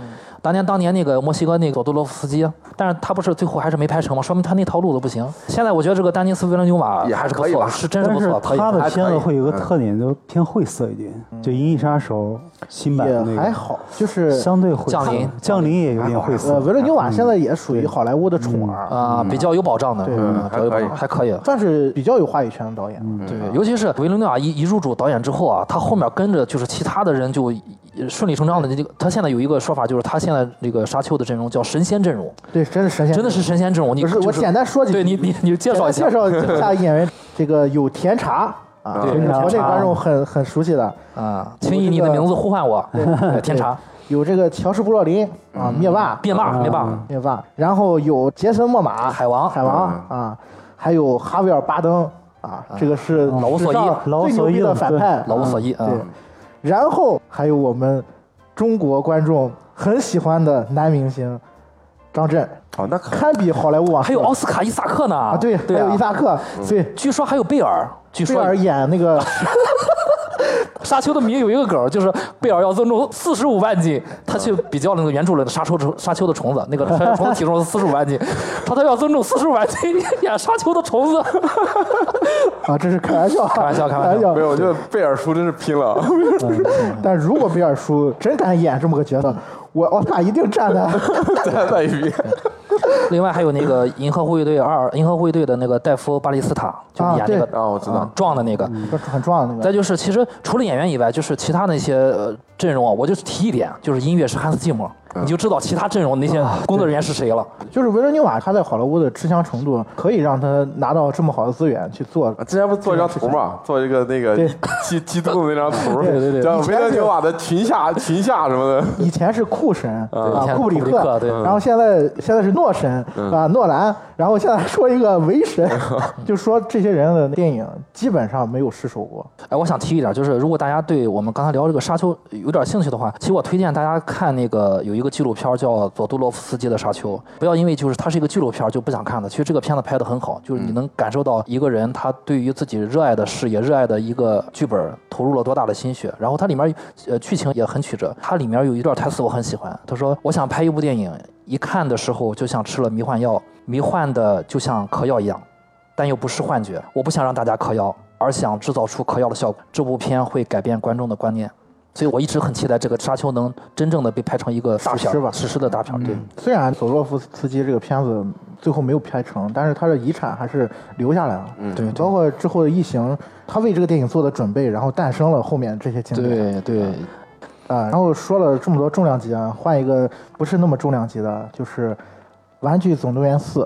当年当年那个墨西哥那个佐多罗夫斯基，但是他不是最后还是没拍成吗？说明他那套路子不行。现在我觉得这个丹尼斯·维伦纽瓦也还还是不可以错，吧是真是但不是错，可以他的还片可子以会有一个嗯特点，就偏晦涩一点，就《银翼杀手》新版的那也个还好，就是相对晦涩降临降临也有点晦呃，涩，维勒纽瓦现在嗯也属于好莱坞的宠儿，啊，比较有保障的，对嗯比较有保障还还可以。 算是比较有话语权的导嗯演。啊对，尤其是维伦纽瓦一一入主导演之后啊，他后面跟着就是其他的人就顺理成章的这个，他现在有一个说法就是他现在这个沙丘的阵容叫神仙阵容，对，真是神仙，真的是神仙阵容。你不是我就是简单说几句对你你你介绍一下，介 绍一下演员，这个有甜茶啊，对这个嗯甜茶国内观众很很熟悉 的，啊，请以你的名字呼唤 我，对 天茶有这个乔什·布洛林嗯啊，嗯灭霸，灭霸灭霸灭霸，然后有杰森·莫玛，海王嗯海王啊，还有哈维尔·巴登啊，这个是老无所依史上老无最牛所依逼的了反对派，嗯老无所依啊啊对，然后还有我们中国观众很喜欢的男明星张震，哦，那 可堪比好莱坞啊，还有奥斯卡伊萨克呢啊，对，对还有啊伊萨克，对，据说还有贝尔，据贝说尔演 那个。沙丘的迷有一个梗儿，就是贝尔要增重四十五万斤，他去比较那个原著里的沙丘虫沙丘的虫子，那 个沙丘虫子体重是四十五万斤，说他要增重四十五 万斤演沙丘的虫子，啊，这是开玩笑，开玩笑开玩笑玩笑没有，我觉得贝尔叔真是拼了。 但如果比尔叔真敢演这么个角色，我奥斯卡一定站 在。再来一遍，另外还有那个《银河护卫队二》《银河护卫队》的那个戴夫·巴利斯塔，就是演那啊个对啊我知道嗯壮的那个。很壮的那再个，就是，其实除了演员以外，就是其他那些呃阵容啊，我就提一点，就是音乐是汉斯季默，嗯你就知道其他阵容那些啊工作人员是谁了。就是维伦纽瓦他在好莱坞的吃香程度，可以让他拿到这么好的资源去啊做。之前不做一张图嘛， 做一个那个对激激动的那张图，对对对叫以维前德是纽瓦的群下群下什么的。以前是酷神啊以，前库布里库布里克克，对嗯然后现在现在是诺神啊，诺兰，然后现在说一个 维神，就说这些人的电影基本上没有失手过。哎，我想提一点，就是如果大家对我们刚才聊这个沙丘有点兴趣的话，其实我推荐大家看那个有一个纪录片儿叫《佐杜洛夫斯基的沙丘》，不要因为就是它是一个纪录片儿就不想看的。其实这个片子拍得很好，就是你能感受到一个人他对于自己热爱的事业、热爱的一个剧本儿投入了多大的心血。然后它里面儿呃剧情也很曲折，它里面儿有一段台词我很喜欢，他说：“我想拍一部电影，一看的时候就像吃了迷幻药，迷幻的就像嗑药一样。”但又不是幻觉。我不想让大家嗑药，而想制造出嗑药的效果。这部片会改变观众的观念，所以我一直很期待这个《沙丘》能真正的被拍成一个大片史诗儿吧史诗的大片儿。对，虽然索洛夫斯基这个片子最后没有拍成，但是他的遗产还是留下来了。嗯，对对包括之后的《异形》，他为这个电影做的准备，然后诞生了后面这些经典。对对，啊、然后说了这么多重量级啊，换一个不是那么重量级的，就是《玩具总动员四》。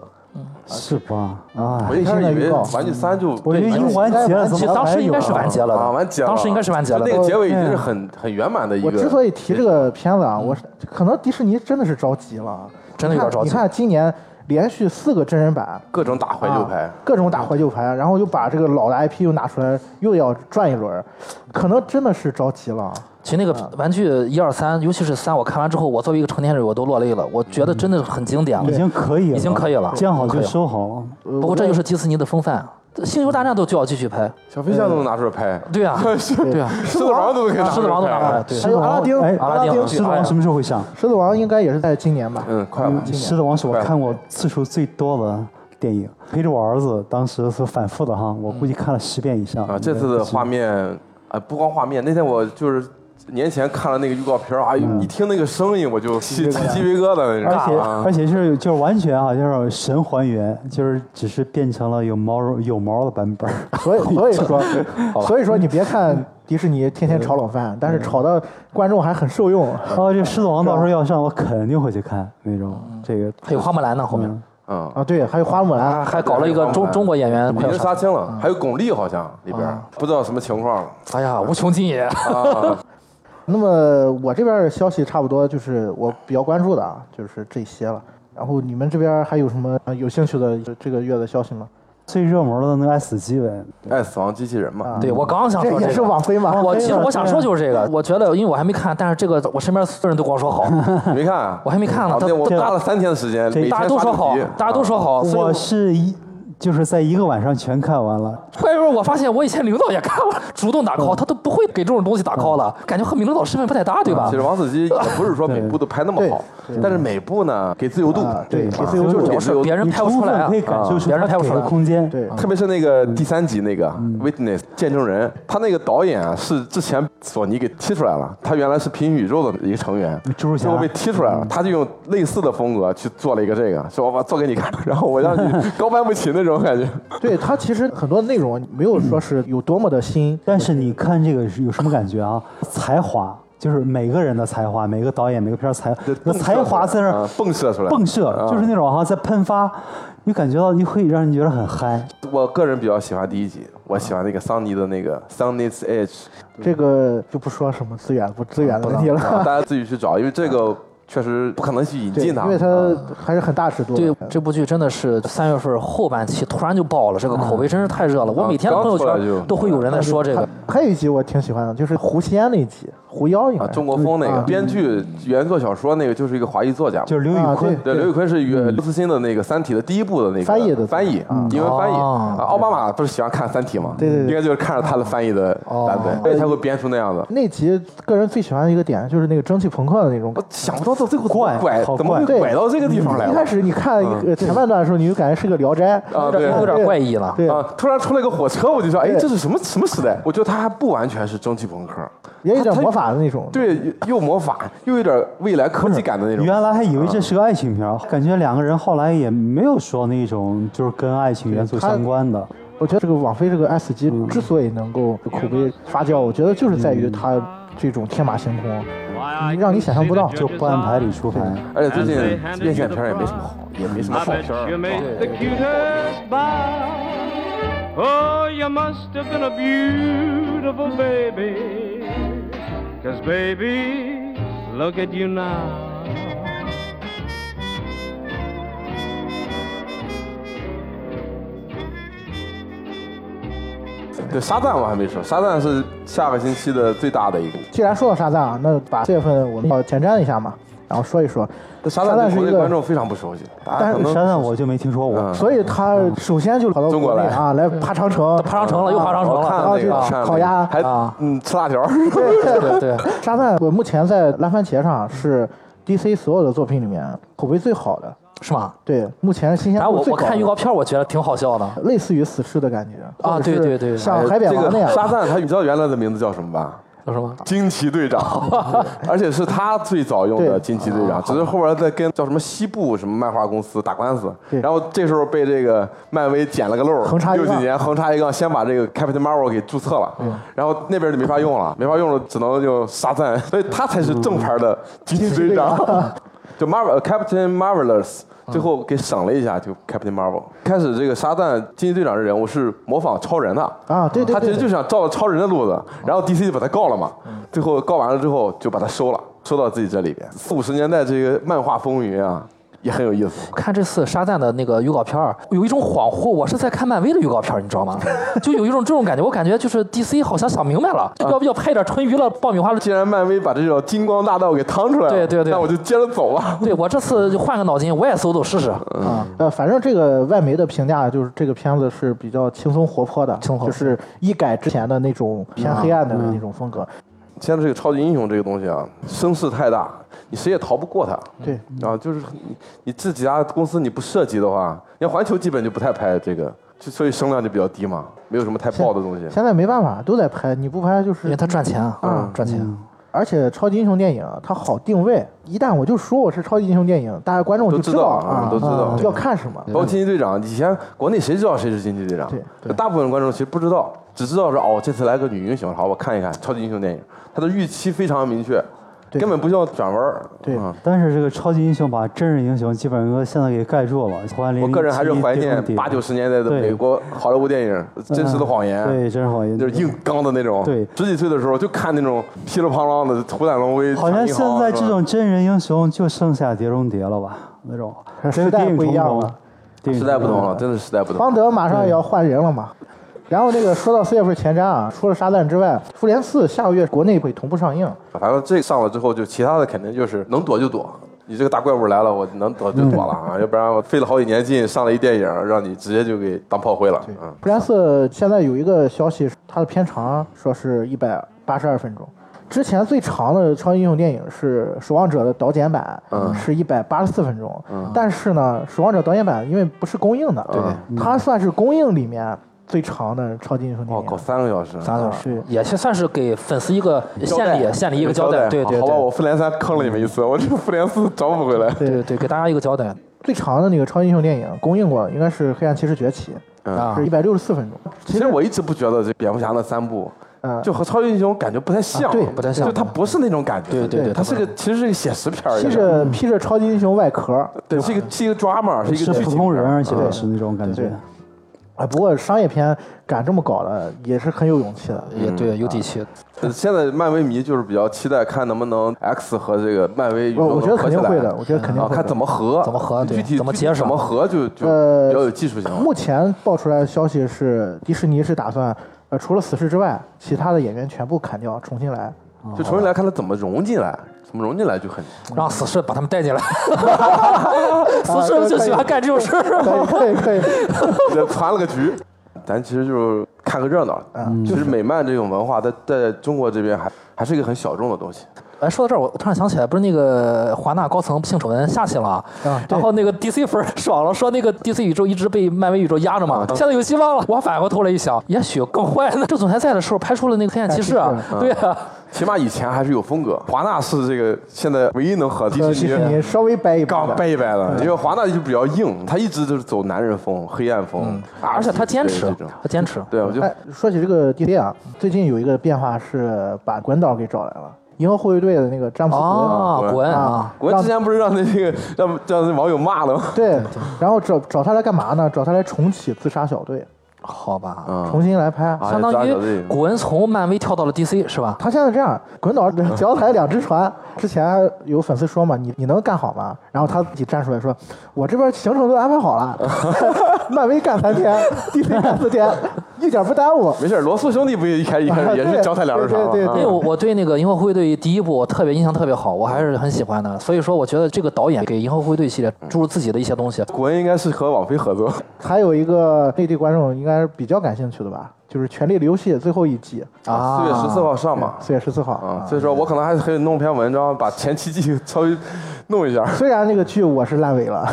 是吧？啊我，一开始看以到为预告玩具三就我觉得已经完完结了结了，怎怎其实么么当时应该是完结了的，啊完结了，当时应该是完结了就的嗯那。个结尾已经对是啊很很圆满的一个。我之所以提这个片子啊，我是可能迪士尼真的是着急了，真的有点着急你看你看今年连续四个真人版，各种打怀旧牌啊，各种打怀旧牌，然后又把这个老的 IP 又拿出来，又要转一轮儿，可能真的是着急了。其实那个玩具一二三，尤其是三，我看完之后，我作为一个成年人，我都落泪了。我觉得真的很经典了，已经可以了，已经可以了见好可就以了收好了。不不过这就是迪士尼的风范，《星球大战》都就要继续拍。小飞侠都能拿出来拍，嗯对啊，对啊， 狮子王都可以拿狮出子来王都拿出拍。来，对还。有阿拉丁，哎阿拉丁狮子王什么时候会上？狮子王应该也是在今年吧？嗯，快了，今年狮子王是我快了看过次数最多的电影，陪着我儿子当时是反复的哈，我嗯估计看了十遍以上。啊，这次的画面，啊，不光画面，那天我就是年前看了那个预告片儿，哎呦，嗯一听那个声音我就起起鸡皮疙瘩那而且种。啊而且是就是完全好像是神还原，就是只是变成了有毛有毛的版 本儿。 所以所以说，所以说你别嗯看迪士尼天天炒冷饭，但是炒的观众还很受用。哦，这《狮子王》到时候要上，我肯定会去看那种。嗯这个还有花木兰呢，后面嗯，啊，对，还有花木兰，还搞了一个中中国演员已快要经上，杀青了，还有巩俐好像里边儿嗯不知道什么情况了。哎呀，无穷尽也。嗯那么我这边的消息差不多就是我比较关注的啊，就是这些了。然后你们这边还有什么呃有兴趣的这个月的消息吗？最热门的那个爱死机呗，爱死亡机器人嘛，对我刚想这说也这是个。网飞嗯嘛？我其实我想说就是这个，我觉得因为我还没看，但是这个我身边所有人都跟我说好，嗯你没看啊？嗯我还没看呢啊这对，我这搭了三天的时间，每大家天都刷说啊手好机，大家都说嗯好，哦所我以是一就是在一个晚上全看完了。怪不得我发现我以前领导也看了，主动打嗯 call，他都不会给这种东西打 call 了，感觉和领导身份不太搭，对吧嗯其？实王子基也不是说每部都拍那么好，但是每部呢给自由度，啊对，对给自由就度是给自由度别人你拍不出充来分啊可以感受出别人拍不它给出的来空间。对啊特别是那个第三集那个 Witness 见证人，他那个导演啊是之前索尼给踢出来了，他原来是平行宇宙的一个成员，蜘蛛侠最后被踢出来了，他就用类似的风格去做了一个这个，说我做给你看，然后我让你高攀不起那种感觉。对它其实很多内容没有说是有多么的新，但是你看这个是有什么感觉啊？才华就是每个人的才华，每个导演每个片儿才那才华在那儿啊迸射出来，迸射，啊就是那种哈在喷发，你感觉到你会让人觉得很嗨。我个人比较喜欢第一集，我喜欢那个桑尼的那个 Sunny's Edge，这个就不说什么资源不资源的问题了。啊大家自己去找，因为这个确实不可能去引对，进它，啊因为它还是很大尺度的。对，这部剧真的是三月份后半期突然就爆了，这嗯个口碑真是太热了。我啊每天的刚朋友出来就圈都会有人在说这个。还还有一集我挺喜欢的，就是狐仙那一集，狐妖应该啊是。中国风那个编剧原作小说那个就是一个华裔作家嘛，就是刘宇啊昆，对，刘宇昆是原刘慈欣的那个《三体》的第一部的那个嗯翻译的嗯翻译，英文翻译。哦啊奥巴马不是喜欢看《三体》吗？对对哦对应该就是看着他的翻译的版本，所以才会编出那样的。那集个人最喜欢的一个点就是那个蒸汽朋克的那种感我想不到这最后怪拐好怎么会怪拐到这个地方觉。来一了开始你看一个前半段的时候，你就感觉是个《聊斋》啊？有对点有点怪异了。对，啊！突然出来个火车，我就说，哎，这是什么什么时代？我觉得他还不完全是蒸汽朋克，也有点他魔法的那种。对，又魔法，又有点未来科技感的那种。原来还以为这是个爱情啊片儿，感觉两个人后来也没有说那种就是跟爱情元素相关的。我觉得这个网飞这个 S 级之所以能够口碑发酵，我觉得就是在于它这种天马行空，你让你想象不到。就不按牌理出牌，而且最近院线片儿也没什么好，也没什么 I 好片 bet 儿 you 啊。 made the cutest bow. Oh, you must have been a beautiful baby. 'Cause baby, look at you now. 对，沙赞我还没说，沙赞是下个星期的最大的一个。既然说到沙赞啊，那把这月份我们要前瞻一下嘛，然后说一说。这沙沙赞赞对是国一内个观众非常不熟悉，大家可能山上我就没听说过。所以他首先就跑到中国国内来啊，来爬长城，爬长城了，又爬长城我看了。了那然个后就看了烤鸭还啊嗯吃辣条儿，对对对，沙赞，我目前在蓝番茄上是 DC 所有的作品里面口碑最好的，是吗？对，目前新鲜然后度啊我最我高的。看预告片，我觉得挺好笑的。类似于死侍的感觉啊或者是对对对哎像海扁这王那个样。啊沙赞他你知道原来的名字叫什么吧？叫什么？ 惊奇 队长，而且是他最早用的对啊惊奇队长，只是后边在跟叫什么西部什么漫画公司打官司，对然后这时候被这个漫威捡了个漏儿，横插一六杠几年横插一杠，先把这个 Captain Marvel 给注册了，然后那边就没法用了，没法用了，只能用沙赞，所以他才是正牌的嗯惊奇队长，就 Marvel 呃 Captain Marvelous。最嗯后给省了一下，就 Captain Marvel。开始这个沙赞惊奇队长这人物是模仿超人的啊对对他其对对嗯实就想照着超人的路子，然后 DC 就把他告了嘛，最后告完了之后就把他收了，收到自己这里边。四五十年代这个漫画风云啊，也很有意思。看这次沙赞的那个预告片儿，有一种恍惚，我是在看漫威的预告片儿，你知道吗？就有一种这种感觉，我感觉就是 DC 好像想明白了，要不要拍点纯娱乐爆米花的既然漫威把这种金光大道给趟出来了，对对对那我就接着走啊吧。对我这次就换个脑筋，我也搜搜试试。啊，嗯呃，反正这个外媒的评价就是这个片子是比较轻松活泼的，松活泼啊嗯就是一改之前的那种偏黑暗的那种风格。现在这个超级英雄这个东西啊，声势太大，你谁也逃不过他。嗯对，啊，就是你你自己家公司你不涉及的话，你看环球基本就不太拍这个，就所以声量就比较低嘛，没有什么太爆的东西。现在没办法，都在拍，你不拍就因为是。他赚钱啊，嗯赚钱啊。而且超级英雄电影它好定位，一旦我就说我是超级英雄电影，大家观众就都知道啊啊，都知道啊要看什么。包嗯括惊奇队长，以前国内谁知道谁是惊奇队长对？对大部分观众其实不知道，只知道是哦，这次来个女英雄，好，我看一看超级英雄电影，他的预期非常明确，对根本不需要转弯儿。对嗯但是这个超级英雄把真人英雄基本上现在给盖住了，还我个人还是怀念八九十年代的对嗯美国好莱坞电影《真实的谎言》，对，真是谎言， 就是硬刚的那种。对十几岁的时候就看那种噼里啪啦的虎胆龙威。好像长颈现豪在是吧这种真人英雄就剩下碟中谍了吧？那种 时代不一样了，电影时重代不重同了，真的是时代不同邦。德马上也要换人了嘛。然后那个说到四月份前瞻啊，除了沙赞之外，复联四下个月国内会同步上映。反正这上了之后，就其他的肯定就是能躲就躲。你这个大怪物来了，我能躲就躲了 啊，要不然我费了好几年劲上了一电影，让你直接就给当炮灰了。嗯，复联四现在有一个消息，它的片长说是一百八十二分钟。之前最长的超级英雄电影是《守望者》的导剪版，嗯是一百八十四分钟。但是呢，《守望者》导剪版因为不是公映的，对它算是公映里面最长的超级英雄电哦，影。搞啊三个小时，三个小是时也是算是给粉丝一个献礼，献礼一个交代，对对好吧，对我复联三坑了你们一次，我这个复联四找不回来。对对，给大家一个交代最长的那个超级英雄电影公映过，应该是《黑暗骑士崛起》，嗯啊是。一百六十四分钟。其实我一直不觉得这蝙蝠侠那三部嗯，就和超级英雄感觉不太像，对啊不太像就它不是那种感觉，对对对它是它不个其实是个写实片儿，披着披着超级英雄外壳，对，是一嗯个是一个 drama，是一是个剧普情通片人，儿而且嗯是那种感觉对。啊，不过商业片敢这么搞的，也是很有勇气的。也对，有底气。呃现在漫威迷就是比较期待看能不能 X 和这个漫威宇我宙我觉得能合肯起定来会的，我觉得肯定啊会的。看怎么合，怎么合对具体怎么具体接上怎么合就就呃比较有技术性了。目前爆出来的消息是，迪士尼是打算，呃，除了死侍之外，其他的演员全部砍掉，重新来。 就重新来看它怎么融进来，怎么融进来就很 让死侍把他们带进来，死侍就喜欢干这种事儿。可以可以 可以，传了个局。咱其实就是看个热闹，嗯，其实美漫这种文化在在中国这边还还是一个很小众的东西。哎，说到这儿，我突然想起来，不是那个华纳高层性丑闻下去了，然后那个 DC 粉儿爽了，说那个 DC 宇宙一直被漫威宇宙压着嘛，现在有希望了。我反过头来一想，也许更坏呢。周总裁在的时候拍出了那个黑暗骑士啊黑暗骑，对啊，起码以前还是有风格。华纳是这个现在唯一能和迪迪士士尼尼稍微掰一掰刚吧。掰一掰了，嗯因为华纳就比较硬，他一直就是走男人风、黑暗风，啊而且他坚持对这种，他坚持。对，我就嗯哎，说起这个 DC 啊，最近有一个变化是把滚导给找来了，银河护卫队的那个詹姆斯·古恩啊，滚滚啊啊！我之前不是让那这个让让那网友骂了吗？对，然后找找他来干嘛呢？找他来重启《自杀小队好吧，》，重新来拍。啊相当于古文从漫威跳到了 DC 是吧？他现在这样，滚导脚踩两只船。之前有粉丝说嘛，你你能干好吗？然后他自己站出来说，我这边行程都安排好了，漫威干三天，DC 干四天，一点不耽误。没事，罗素兄弟不也一开一开始也是脚踩两只船吗？啊啊对对对因为我我对那个《银河护卫队》第一部我特别印象特别好，我还是很喜欢的。所以说，我觉得这个导演给《银河护卫队》系列注入自己的一些东西。古恩应该是和网飞合作，还有一个内地观众应该是比较感兴趣的吧，就是《权力的游戏》最后一季，啊四月十四号上嘛。四月十四号。啊，所以说我可能还可以弄篇文章，把前七季 稍微弄一下。虽然那个剧我是烂尾了，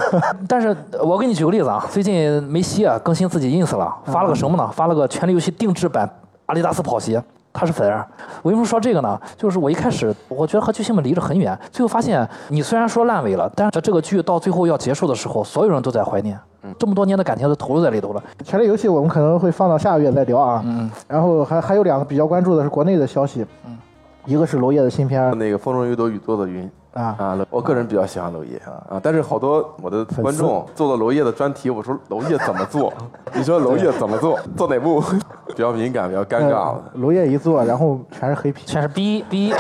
但是呃我给你举个例子啊，最近梅西啊更新自己 ins 了，发了个什么呢？发了个《权力游戏》定制版阿迪达斯跑鞋。他是粉儿，我为什么说这个呢？就是我一开始我觉得和剧情们离着很远，最后发现你虽然说烂尾了，但是这个剧到最后要结束的时候，所有人都在怀念，这么多年的感情都投入在里头了。 《权力游戏》我们可能会放到下个月再聊啊。嗯。然后还还有两个比较关注的是国内的消息，嗯，一个是娄烨的新片儿那个风中有一朵雨做的云啊啊，我个人比较喜欢娄烨啊，但是好多我的观众做了娄烨的专题，我说娄烨怎么做？ 你说娄烨怎么做？做哪部？ 比较敏感，比较尴尬。呃娄烨一坐，然后全是黑皮。全是逼 逼，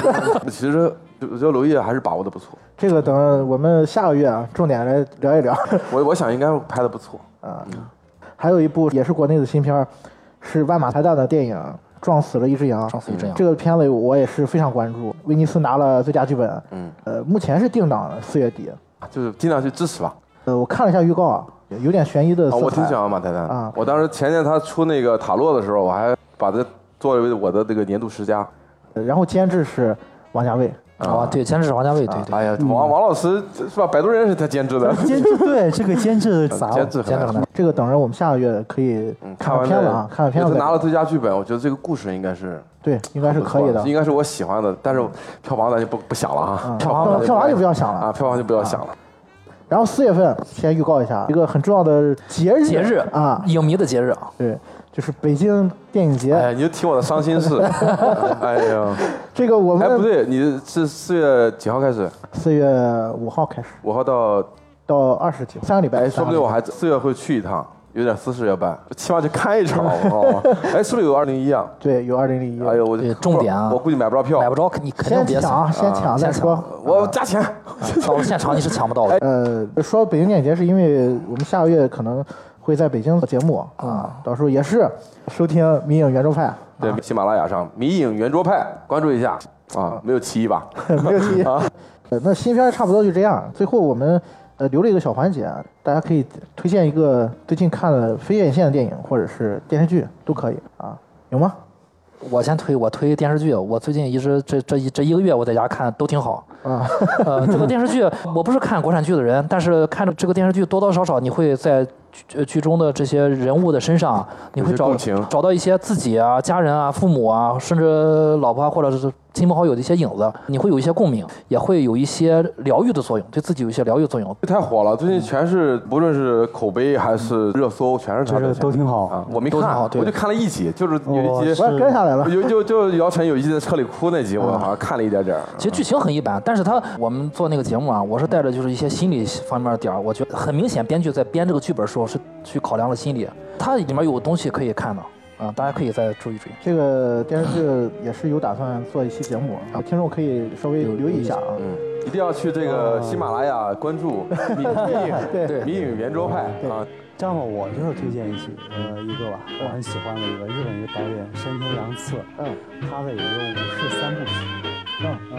其实我觉得娄烨还是把握的不错，这个等我们下个月啊，重点来聊一聊。 我我想应该拍的不错。还有一部也是国内的新片儿，是万马才旦的电影《撞死了一只羊》。撞死一只羊这个片子我也是非常关注，威尼斯拿了最佳剧本。嗯。呃，目前是定档的四月底。啊就是尽量去支持吧。呃，我看了一下预告啊，有点悬疑的啊，色彩。我挺喜欢马泰坦啊我当时前年他出那个塔洛的时候，我还把它作为我的这个年度十佳。呃然后监制是王家卫，啊，对，监制是王家卫，对对，哎呀，王王老师是吧？摆渡人是他监制的， 监制对这个监制咋了监制监制很难难。 这个等着我们下个月可以嗯看完片子啊，看完片子他再拿了最佳剧本，我觉得这个故事应该是对，应该是可以的。嗯应该是我喜欢的，但是票房咱就不不想了啊，票房票房就不要想了啊，票房就不要想了。然后四月份先预告一下一个很重要的节日，节日啊，影迷的节日啊，对，就是北京电影节。哎，你就提我的伤 心事，哎呀，这个我哎不们对，你是四月几号开始？四月五号开始五号到，到二十几，三个礼拜。哎，说不定我还四月会去一趟，有点私事要办，起码去看 一场，好吗？哎，是不是有二零一啊？对有二零零一。哎呦，我对重点啊我估计买不着票，买不着啊你肯定先别抢啊抢，啊先抢再先说。我加钱。到啊哦了现场你是抢不到的。呃，说北京电影节是因为我们下个月可能会在北京做节目啊，到时候也是收听《迷影圆桌派 对，喜马拉雅上《迷影圆桌派》关注一下啊，没有歧义吧？》没有提。呃那新片差不多就这样。最后我们呃留了一个小环节，大家可以推荐一个最近看了非院线的电影或者是电视剧都可以啊，有吗？我先推，我推电视剧。我最近一直这这一这一个月我在家看都挺好。啊，呃，这个电视剧我不是看国产剧的人，但是看着这个电视剧多多少少你会在剧呃剧中的这些人物的身上，你会有些找共情找到一些自己啊、家人啊、父母啊，甚至老婆啊或者是亲朋好友的一些影子，你会有一些共鸣，也会有一些疗愈的作用，对自己有一些疗愈作用。太火了，最近全是不论是口碑还是热搜，全是他这的个都挺好啊。我没都挺看，好我对就看了一集，就是有我一集我也跟下来了。有就就姚晨有一集在车里哭那集，我好像看了一点点儿。其实剧情很一般，但是他我们做那个节目啊，我是带着就是一些心理方面的点儿，我觉得很明显，编剧在编这个剧本的时候是去考量了心理，它里面有东西可以看的啊，大家可以再注意注意。这个电视剧也是有打算做一期节目，然后听众可以稍微留意一下啊。嗯，一定要去这个喜马拉雅关注《迷迷影迷影圆桌派》啊，这样吧，我就是推荐一期，呃，一个吧，我很喜欢的一个日本一个导演山田洋次，嗯，他的有一个武士三部曲，嗯，呃，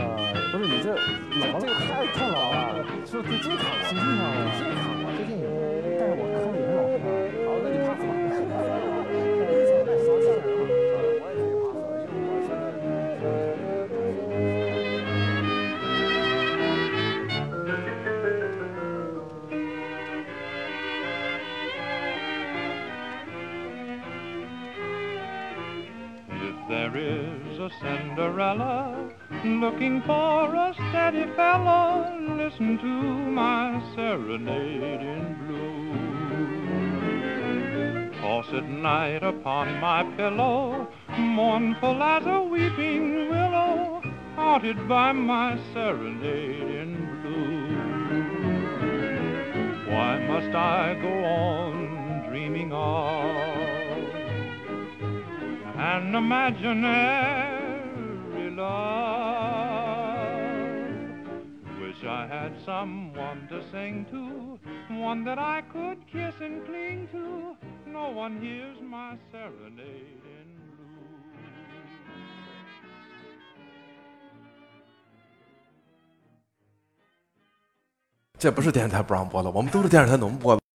不是你这老这个太太老了，是不是最近看过？最近看过，最近看过，最近有。但是我看了也是老片儿。好，那你 pass 吧。我也可以 pass 了，因为我现在。 If there is a Cinderella looking for a steady fellow, listen to my serenade in blue. Toss at night upon my pillow, mournful as a weeping willow, haunted by my serenade in blue. Why must I go on dreaming of? an imaginary love. Wish I had someone to sing to, one that I could kiss and cling to. No one hears my serenade in blue. 这不是电视台不让播的，我们都是电视台能播的。